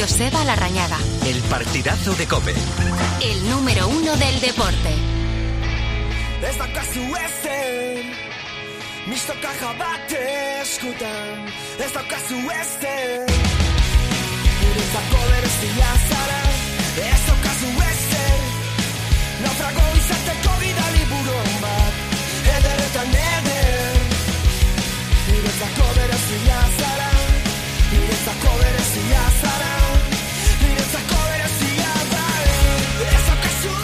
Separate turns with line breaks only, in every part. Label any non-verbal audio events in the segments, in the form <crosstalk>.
Joseba Larrañaga,
El partidazo de Cope.
el número uno del deporte.
Ez daukazu ezten Mistoka jabate eskutan Ez daukazu ezten Guretzako berezia zara Ez daukazu ezten Naufrago izateko bidali buron bat Ederretan eder Guretzako berezia zara Niretzako berezia zara Niretzako berezia da Ez daukazu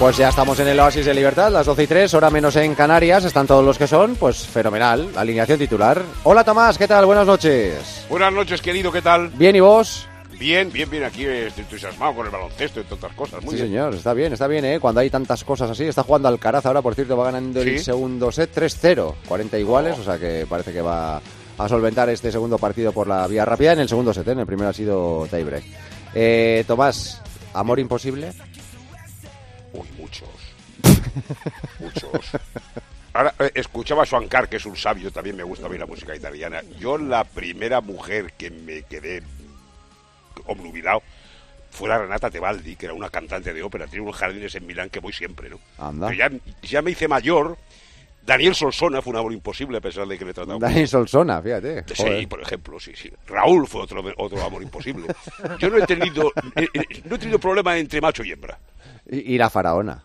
Pues ya estamos en el Oasis de Libertad, las 12 y 3, hora menos en Canarias, están todos los que son, pues fenomenal, alineación titular. Hola Tomás, ¿qué tal? Buenas noches.
Buenas noches, querido, ¿qué tal?
Bien, ¿y vos?
Bien, bien, bien, aquí eh, estoy entusiasmado con el baloncesto y tantas cosas. Muy
sí,
bien.
señor, está bien, está bien, ¿eh? Cuando hay tantas cosas así, está jugando Alcaraz ahora, por cierto, va ganando el
Sí. Oh.
segundo set 3-0, 40 iguales, o sea que parece que va a solventar este segundo partido por la vía rápida en el segundo set, ¿eh? en el primero ha sido tiebreak. Eh, Tomás, ¿amor imposible?
Uy, muchos. <laughs> muchos. Ahora, eh, escuchaba a Suancar, que es un sabio, también me gusta a mí la música italiana. Yo la primera mujer que me quedé obnubilado fue la Renata Tebaldi, que era una cantante de ópera. Tiene unos jardines en Milán que voy siempre, ¿no?
<laughs> Anda.
Pero ya, ya me hice mayor. Daniel Solsona fue un amor imposible a pesar de que le trataba
Dani Solsona, fíjate. joder.
Sí, por ejemplo, sí, sí. Raúl fue otro, otro amor imposible. Yo no he tenido, eh, eh, no he tenido problema entre macho y hembra.
Y, y la faraona.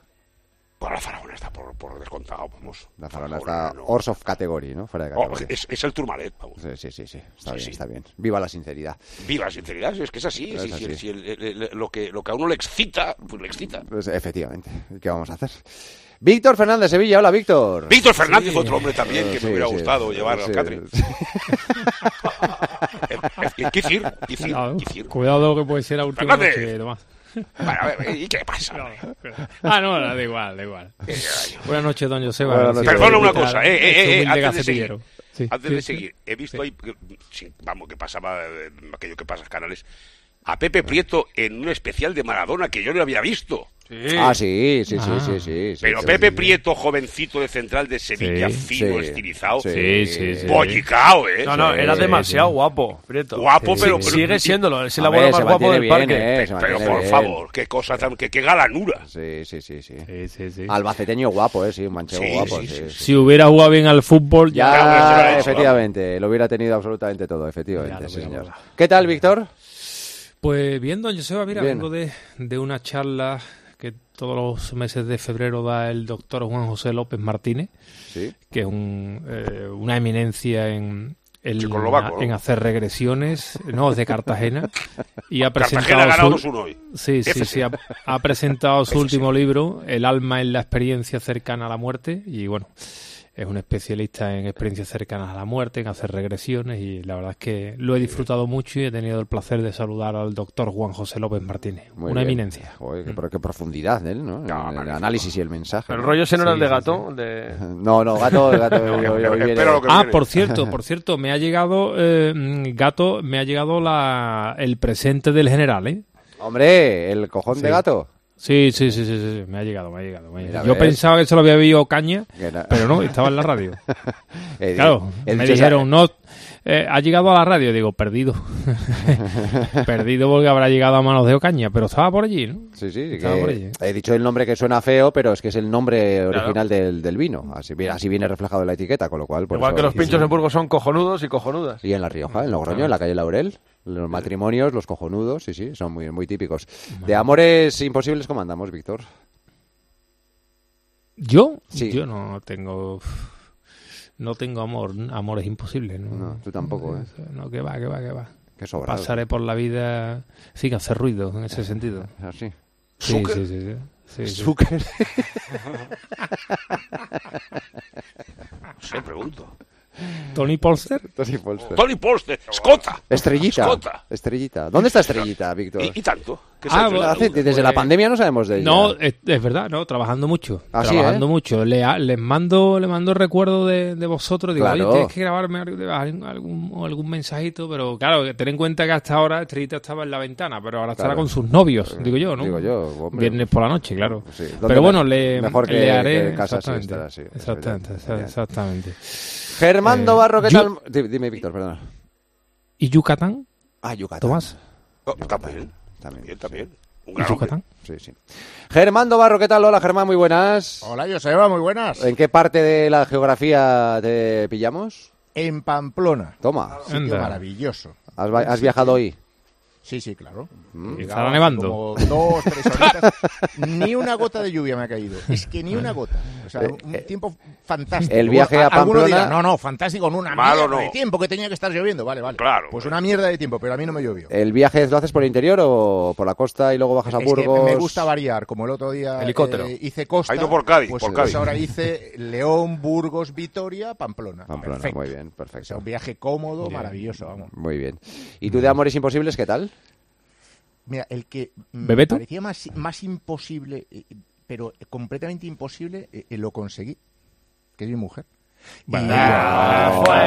Pues la faraona está por, por descontado, vamos.
La faraona está Horse of Category, ¿no? Fuera de
Oh,
categoría.
es, es el turmalet, vamos.
Sí, sí, sí, sí. Está
Sí,
bien,
sí.
está bien. Viva la sinceridad.
Viva la sinceridad, es que es así.
Es
si- si-
así.
si el- el- el- lo, que, lo que a uno le excita, pues le excita.
Pues, efectivamente. ¿Qué vamos a hacer? Víctor Fernández Sevilla, hola Víctor.
Víctor Fernández, otro hombre también que
Sí,
me hubiera
sí,
gustado
sí,
llevar
sí.
al
<laughs>
Catri. <laughs> Eh, ¿Qué decir? ¿Qué decir?
Cuidado,
¿Qué decir?
cuidado que puede ser la última
Fernández.
noche, Tomás.
Bueno, a ver, ¿Y qué pasa?
Ah, no, da igual,
<laughs>
da igual. Eh, Buenas noches, don Joseba.
Buenas noches.
Perdona una
¿Qué tal?
cosa, eh, eh,
Este
eh,
humilde
antes de
gacetillero.
seguir.
Sí.
Antes
Sí,
de
sí.
seguir, he visto ahí, eh, sí, vamos, que pasaba eh, aquello que pasa en canales, a Pepe Prieto en un especial de Maradona que yo no había visto.
Ah, sí, sí, sí,
Ah.
sí, sí, sí,
Pero
sí,
Pepe
sí,
Prieto, jovencito de Central de Sevilla,
sí,
fino,
sí,
estilizado,
sí,
Sí, sí,
bollicao, ¿eh?
No, no,
Sí,
era
sí,
demasiado guapo, Prieto. Ah,
Guapo,
sí, sí.
pero... pero-
Sigue siéndolo, es el
A ver,
abuelo
se
más guapo
mantiene
del
bien,
parque.
eh, se
Pero
mantiene
por
bien.
favor, qué cosa tan... qué, qué galanura.
Sí, sí, sí, sí.
Sí, sí, sí.
Albaceteño guapo, eh, sí, un manchego
Sí,
guapo.
sí,
sí,
sí,
sí.
Si hubiera jugado bien al fútbol,
Ya, eh,
ya.
Ya lo hubiera hecho,
efectivamente, lo hubiera tenido absolutamente todo, efectivamente,
Ya lo
sí,
hubiera
señor.
volado.
¿Qué tal, Víctor?
Pues bien, don Joseba, mira,
Bien.
vengo de, de una charla que todos los meses de febrero da el doctor Juan José López Martínez,
Sí.
que es un, eh, una eminencia en, el-
Checoslovaco, ¿no?
en hacer regresiones. No, es de Cartagena. Y ha
Cartagena ha
presentado
ganado
su-
2-1 hoy.
Sí, sí,
FC.
sí. Ha, ha presentado su último libro, El alma en la experiencia cercana a la muerte. Y bueno, es un especialista en experiencias cercanas a la muerte, en hacer regresiones. Y la verdad es que Eh, lo he disfrutado mucho y he tenido el placer de saludar al doctor Juan José López Martínez.
Muy
una
bien.
eminencia.
Joder, qué, pero qué profundidad de él, ¿no? En el
magnífico.
análisis y el mensaje.
Pero
¿no?
el rollo ese no era el de
Sí, sí,
gato, el de...
<laughs> No, no, gato,
<laughs>
gato. hoy- hoy- hoy viene-
Espera lo que
Ah,
viene.
<laughs>
por cierto, por cierto, me ha llegado, eh, mm, gato, me ha llegado la, el presente del general, ¿eh?
Hombre, el cojón de gato.
Sí, sí, sí, sí, sí, sí, me ha llegado, me ha llegado. me ha
Mira,
llegado. Yo
¿ves?
pensaba que se lo había visto Caña,
Que no.
pero no, estaba en la radio.
<laughs> Eh,
Claro,
eh,
me
dicho esa-
dijeron, no, eh, ha llegado a la radio.
<laughs>
Digo, perdido. <laughs> perdido porque habrá llegado a manos de Ocaña, pero estaba por allí, ¿no?
Sí, sí,
Estaba
que
por ¿eh? allí.
he dicho el nombre que suena feo, pero es que es el nombre original del, del vino. Así, vi- así viene reflejado en la etiqueta, con lo cual. por
Igual
eso-
que los
sí,
pinchos
sí.
en Burgos son cojonudos y cojonudas.
Y en La Rioja, en Logroño, en la calle Laurel. Los matrimonios, los cojonudos, sí, sí, son muy, muy típicos. De amores imposibles, ¿cómo andamos, Víctor?
¿Yo?
Sí.
Yo no tengo. No tengo amor. Amor es imposible, ¿no?
No, tú tampoco, ¿eh?
No, que va, que va, que va.
Qué sobrado.
Pasaré por la vida sin hacer ruido
<laughs>
en ese sentido.
Así.
Sí, sí, sí. sí. Sí, sí.
Zucker.
Se pregunto.
<laughs> Tony Polster.
Tony Polster.
Tony Polster, Escota.
Estrellita.
Escota.
Estrellita. ¿Dónde está Estrellita, Víctor?
Y, y tanto. ¿Qué
Ah,
se hace?
bueno,
Hace- desde la
Pues-
pandemia no sabemos de ella.
No, es, es verdad, no, trabajando mucho.
Ah, sí,
trabajando
¿eh?
mucho. Le, ha- les mando le mando recuerdo de, de vosotros. Digo,
Claro.
oye, tienes que grabarme algún, algún, algún mensajito, pero claro, que ten en cuenta que hasta ahora Estrellita estaba en la ventana, pero ahora estará
Claro.
con sus
Eh,
novios, digo yo, ¿no?
digo yo, hombre.
Viernes por la noche, claro.
Pues
Sí, ¿dónde
Pero bueno,
me-
le,
mejor que-
le haré.
que en casa sí
exactamente,
estará, sí, es
exactamente,
verdad.
exactamente.
Germán
Eh,
Dobarro, ¿qué
yo-
tal? Di- Dime, Víctor, perdona.
¿Y Yucatán,
Ah, Yucatán.
Tomás?
Oh,
Yo
también,
también,
también,
sí.
también. Un
¿Y
gran hombre.
Yucatán?
Sí, sí. Germando Barro, ¿qué tal? Hola, Germán, muy buenas.
Hola, Joseba, muy buenas.
¿En qué parte de la geografía te pillamos?
En Pamplona.
Toma,
Sitio
Anda.
maravilloso.
has, va- has viajado hoy.
Sí, sí, claro.
Mm.
¿Y
Llegaba
¿Estará nevando?
Como dos, tres horitas. <laughs>
<laughs>
ni una gota de lluvia me ha caído. Es que ni una
Mm.
gota. O
Eh,
sea, un tiempo fantástico.
el viaje a
Alguno dirá,
Pamplona-
no, no, fantástico, no, una
Malo
mierda
no.
de tiempo que tenía que estar lloviendo. Vale, vale.
Claro, eh.
Pues
hombre.
una mierda de tiempo, pero a mí no me llovió.
¿El viaje lo haces por el interior o por la costa y luego bajas a
Es que
Burgos?
me gusta variar, como el otro día
Helicóptero.
eh, hice Costa.
Ha ido por Cádiz,
pues,
por
pues
Cádiz.
ahora hice León, Burgos, Vitoria, Pamplona.
Pamplona,
Perfecto.
muy bien,
O sea,
perfecto.
un viaje cómodo, maravilloso, vamos.
Muy bien. ¿Y
Mm.
tú de Amores Imposibles qué tal?
Mira, el que mm, me
¿Bebeto?
parecía más, más imposible, eh, pero completamente imposible, eh, eh, lo conseguí, que es mi mujer. Y-
¡Ole,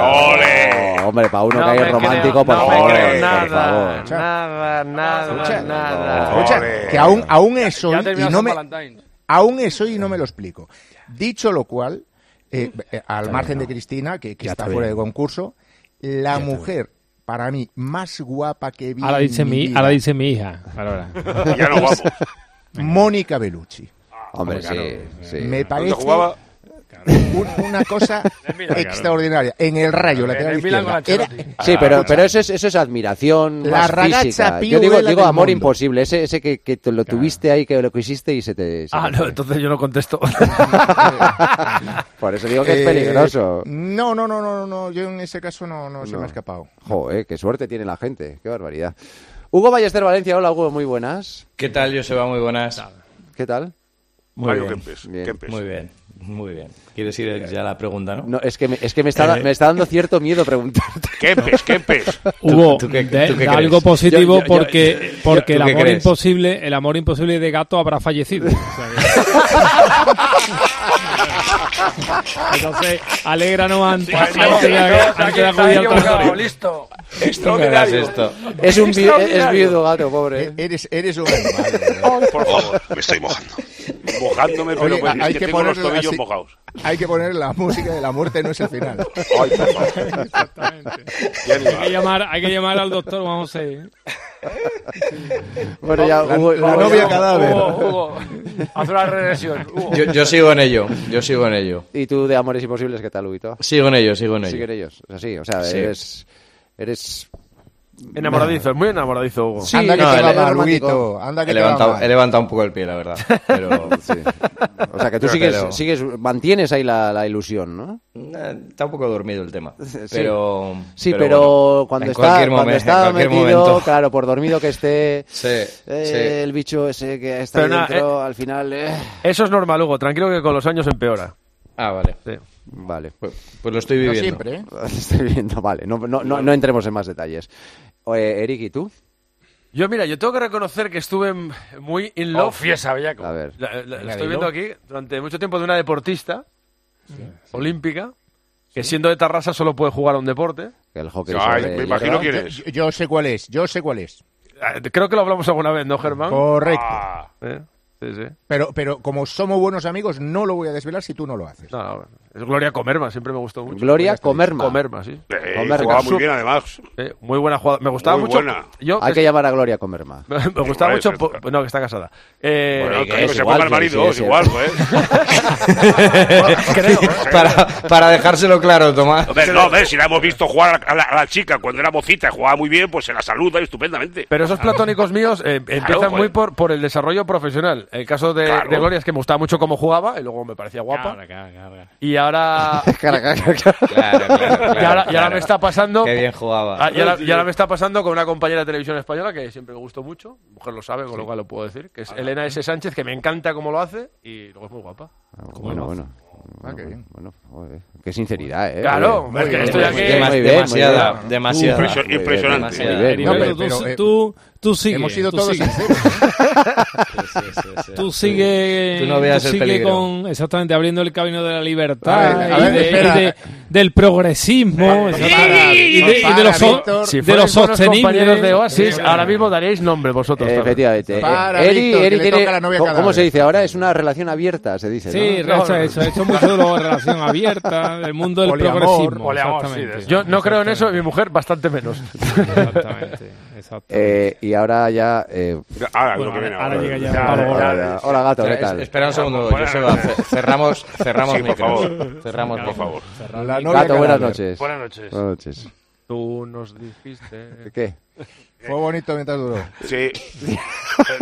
ole!
Oh, hombre, para uno
No
que
me
es romántico,
creo,
por
no me
favor,
creo
por
nada,
favor.
Nada, nada,
Escucha.
nada.
Por
Escucha,
Ole.
que aún, aún es hoy
Ya ha
y
terminado
no
San
me,
Valentín.
aún es hoy y no me lo explico. Dicho lo cual, eh, eh, al margen de Cristina, que, que
Ya
está,
está
fuera de
bien.
concurso, la mujer para mí más guapa que vi
Ahora
en
dice mi,
vida,
ahora dice mi hija.
<laughs>
Ahora, ahora.
Ya nos vamos.
Mónica Bellucci.
Hombre, sí, sí.
Me
¿Dónde
parece
jugaba?
<laughs> un- una cosa
Milan,
extraordinaria. En el rayo, lateral
el Milan
izquierda.
con
Era-
Ancelotti. Ah,
Sí, pero, pero eso, es, eso es admiración
La
más
ragazza
física. Yo
piuela
digo, digo
del
amor
mundo.
imposible, ese, ese que, que te lo tuviste ahí, que lo quisiste y se te... se
Ah,
te-
no, entonces yo no <laughs> contesto. Ah.
Por eso digo que es
Eh,
peligroso.
No, no, no, no, no. Yo en ese caso no, no, se
No.
me ha escapado.
Joder, qué suerte tiene la gente, qué barbaridad. Hugo Ballester Valencia, hola Hugo, muy buenas.
¿Qué tal, Joseba? Muy buenas.
¿Qué tal?
Muy
Mario
bien.
Kempes.
Bien.
Kempes.
Muy bien, muy bien. ¿Quieres ir Pues ya a la pregunta, no? Eh.
No, es que me, es que me, está, me está dando cierto miedo preguntarte.
<laughs> Kempes, Kempes.
Hubo
tú qué-
de-
tú qué
de
crees?
algo positivo
Yo- yo- yo-
porque,
yo-
porque
¿tú
el
qué
amor
crees?
imposible, el amor imposible de gato habrá fallecido. O sea que- Entonces, alégranos antes, antes de- antes de acudir al tanatorio.
Listo.
No me hagas esto.
Es un vi- es viudo gato, pobre.
Eh, Eres, eres un animal. de verdad.
Por favor, me estoy mojando. Mojándome, pero
Oye,
pues, es
hay
que,
que
tengo los
ponerlo
tobillos
así.
mojados.
Hay que poner la música de la muerte, no es el final.
Ay, por
<laughs>
favor. Ya ni
Hay que
va.
llamar, hay que llamar al doctor Juan José.
Bueno, ya, Hugo,
la
Hugo,
novia
ya-
cadáver.
<laughs> Hugo, Hugo, haz una regresión. Hugo.
Yo, yo sigo en ello, yo sigo en ello.
Y tú de Amores Imposibles, ¿qué tal, Huguito?
Sigo en ello, sigo en ello.
Siguen ellos, o sea, sí, o sea,
Sí.
eres... Eres...
Enamoradizo, es muy enamoradizo, Hugo.
Sí,
anda que
no,
te va
eres
mal,
romántico.
Huguito, Anda que
He
te va
levantado,
mal.
he levantado un poco el pie, la verdad. Pero
<laughs> O sea, que tú
Pero-
sigues,
pero-
sigues, mantienes ahí la, la ilusión, ¿no?
eh, está un poco dormido el tema. Pero,
Sí, pero,
bueno,
cuando,
en
está,
cualquier
cuando
momen- en
está
cualquier
metido,
momento.
claro, por dormido que esté,
Sí,
eh,
sí.
el bicho ese que está
Pero
ahí
nada,
dentro, al final... eh.
Eso es normal, Hugo. Tranquilo que con los años empeora.
Ah, vale.
Sí.
Vale,
Pues, pues lo estoy
No
viviendo.
siempre,
<laughs>
¿eh?
estoy viendo, vale, no, no, no, no entremos en más detalles. Eh, Eric, ¿y tú?
Yo, mira, yo tengo que reconocer que estuve m- muy in
Oh,
love. fiesta, bellaco.
A ver.
estoy viendo aquí durante mucho tiempo de una deportista olímpica que siendo de Tarrasa solo puede jugar a un deporte.
El hockey
Ay,
sobre
me
hielo.
imagino quién
Yo,
es.
yo sé cuál es, yo sé cuál es.
Eh, Creo que lo hablamos alguna vez, ¿no, Germán?
Correcto.
Ah,
Eh, Sí, sí.
Pero, pero como somos buenos amigos, no lo voy a desvelar si tú no lo haces.
No, no, es Gloria Comerma, siempre me gustó mucho.
Gloria Comerma.
Comerma, sí.
eh,
Comer
jugaba
casu-
muy bien, además.
Eh, muy buena jugada. Me gustaba
Muy
mucho.
buena.
Yo,
Hay que llamar a Gloria Comerma.
<laughs> me gustaba mucho.
Hombre, es-
po- No, que está casada. Eh,
Bueno,
que
que
es
se
igual,
ponga el
yo
marido,
sí,
es
sí,
igual,
sí.
¿eh?
<laughs>
creo. ¿eh?
<laughs>
para, para dejárselo claro, Tomás.
Hombre, no, hombre, si la hemos visto jugar a la, a la chica cuando era mocita y jugaba muy bien, pues se la saluda estupendamente.
Pero esos platónicos míos eh, empiezan
joder.
muy por, por el desarrollo profesional. El caso de,
Claro.
de Gloria es que me gustaba mucho cómo jugaba y luego me parecía guapa.
Carga, carga.
<laughs>
Y ahora.
Claro, claro,
<laughs> y
claro,
ahora, y ahora
claro.
me está pasando.
Qué bien jugaba.
Ah, y, ahora, y ahora me está pasando con una compañera de televisión española que siempre me gustó mucho, mujer lo sabe, con lo cual lo puedo decir, que es
Ah,
Elena S. Sánchez, que me encanta cómo lo hace y luego es muy guapa.
Bueno, bueno.
Ah, qué
Bueno,
bien.
bueno, joder. qué sinceridad, ¿eh?
Claro,
Oye,
hombre, es que
bien,
estoy
muy
aquí.
bien, muy bien,
demasiada,
muy bien.
demasiada.
Impresio-
muy bien,
impresionante.
Muy bien,
Demasiado.
muy bien.
No, pero
Hombre, pero,
tú,
eh,
tú, tú sigue.
Hemos sido
tú
todos
sigue.
<laughs>
sinceros.
Sí, sí, sí,
Tú
sí.
sigue,
Tú no veas
tú
el
sigue
peligro.
con exactamente abriendo el camino de la libertad
Ah,
A ver, a
Ah, y
ver,
de- y
espera.
de- del progresismo exactamente, y, de, y de los so-
Víctor.
Si
de los
fuerais buenos compañeros
sostenibles.
de Oasis, ahora mismo daríais nombre vosotros.
Eh,
también.
Efectivamente.
Para,
Eh,
Víctor, que le
tiene-
toca la novia
¿cómo, cómo
cadáver.
se dice ahora? Es una relación abierta, se dice.
Sí,
¿no?
Racha,
no.
eso, eso es muy futuro, relación abierta, del mundo del
Poliamor,
progresismo.
poliamor, sí, de
exactamente.
eso.
Yo no creo en eso y mi mujer bastante menos.
Exactamente, exactamente.
Eh, y ahora ya. eh,
Ahora,
Bueno,
lo que viene
ahora
ahora.
llega ya.
Ya,
Pablo
ya,
hola,
Hola,
ya.
hola, hola, gato, ¿qué
Es-
tal?
Espera un segundo,
Bueno,
Joseba. ce- Cerramos, cerramos
Sí, por
micros.
favor.
Cerramos,
Por favor.
La novia
Gato, buenas
cadáver.
noches.
Buenas noches.
Buenas noches.
Tú nos
<laughs>
dijiste.
¿Qué?
Fue bonito mientras duró.
Sí.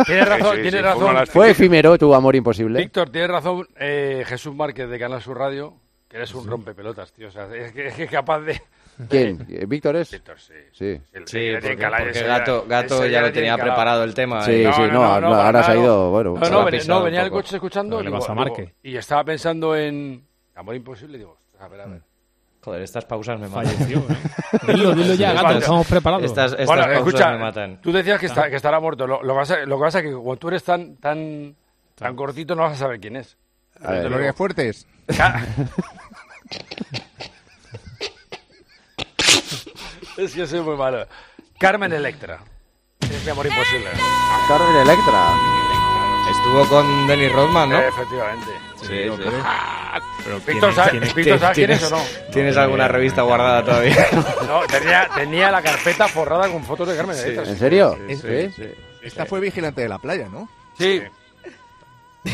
Tienes razón, tienes
fue una
razón.
lástima.
¿Fue efímero tu amor imposible?
Víctor, tienes razón. eh, Jesús Márquez de Canal Sur Radio, que eres un rompepelotas, tío. O sea, es que es que es capaz de.
¿Quién? Eh, ¿Víctor es?
Víctor, sí.
Sí.
El-
Sí,
el- el-
porque,
el- el-
porque
el-
Gato,
el-
Gato
el-
ya
el-
lo
el-
tenía
el-
preparado el tema. ¿eh?
Sí,
y-
sí, no, no,
para
ahora se ha
nada,
ido, bueno, se
No, no,
la ha
venía,
pisado
no,
un
venía el
poco.
coche escuchando.
Lo que le
digo,
pasa a
digo,
Márquez.
y estaba pensando en Amor Imposible. Digo, ostras, a ver,
Mm.
a ver.
Joder, estas pausas me matan.
Falleció, ¿eh?
<laughs>
Dilo, dilo ya, gato, que estamos preparados.
Estas, estas
Bueno,
pausas
escucha,
me matan.
tú decías que, está- que estará muerto. Lo, lo que pasa, lo que pasa es que como tú eres tan, tan, tan cortito, no vas a saber quién es.
A ver,
Gloria Fuertes.
Ah.
Es que soy muy malo. Carmen Electra. Es mi amor imposible.
Carmen Ah, Electra.
Estuvo con Dennis Rodman, ¿no?
Eh, Efectivamente.
Sí, sí.
Víctor, ¿sabes quién, ¿sabes quién es o no?
¿Tienes alguna revista guardada
<laughs>
todavía?
No, tenía, tenía la carpeta forrada con fotos de Carmen Electra.
¿En serio?
sí,
¿Sí?
Esta fue vigilante de la playa, ¿no?
Sí.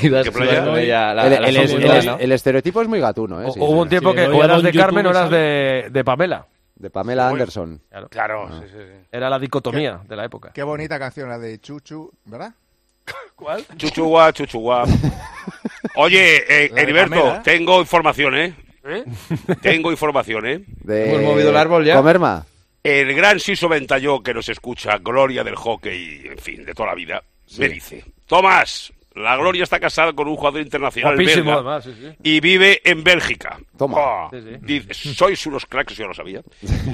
Y vas-
¿Qué playa?
vas con ella, la-
El,
la
el- el-
facultad,
el-
¿no?
el estereotipo es muy gatuno, ¿eh? Sí,
Hubo
sí.
un tiempo
Sí,
que
lo
o
veía
eras
Don
de
YouTube,
Carmen o eras
¿sabes?
de, de Pamela.
De Pamela Anderson.
Claro, sí, sí, sí.
Era la dicotomía de la época.
Qué bonita canción la de Chuchu, ¿verdad?
¿Cuál?
Chuchuá, chuchuá. Oye, eh,
La de
Heriberto,
Pamela.
tengo información, ¿eh? Tengo información, ¿eh?
De...
Hemos movido el árbol ya.
Comerma.
El gran Siso Ventalló que nos escucha, gloria del hockey, en fin, de toda la vida, me dice: Tomás, la gloria está casada con un jugador internacional
Guapísimo,
belga
además, sí, sí.
y vive en Bélgica.
Toma.
Oh.
Ah,
Sí, sí.
dice, Sois unos cracks, yo lo sabía.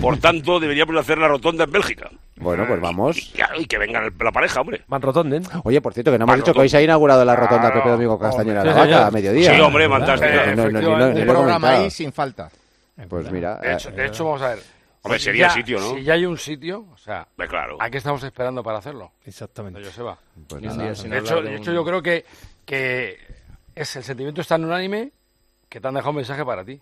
Por tanto, deberíamos hacer la rotonda en Bélgica.
Bueno, pues vamos.
Y, y- y que vengan el- la pareja, hombre.
Van Rotonden.
Oye, por cierto, que no hemos
Bueno,
dicho
tú-
que hoy se ha inaugurado la rotonda
Claro,
Pepe Domingo Castañeda de la
hombre, sí,
Vaca
señor.
a mediodía.
Sí, hombre, fantástico.
No, no, no, ni lo- ni
Un
lo he
programa
comentado.
ahí sin falta.
Pues mira,
De hecho,
eh,
de hecho, vamos a ver.
Hombre,
Si
sería
ya-
sitio, ¿no?
Si ya hay un sitio, o sea,
Hombre, claro.
¿a qué estamos esperando para hacerlo?
Exactamente.
No, Joseba.
pues
Sí,
nada.
sí, sin
De hecho,
hablar de
de
un-
hecho, yo creo que, que es el sentimiento es tan unánime que te han dejado un mensaje para ti.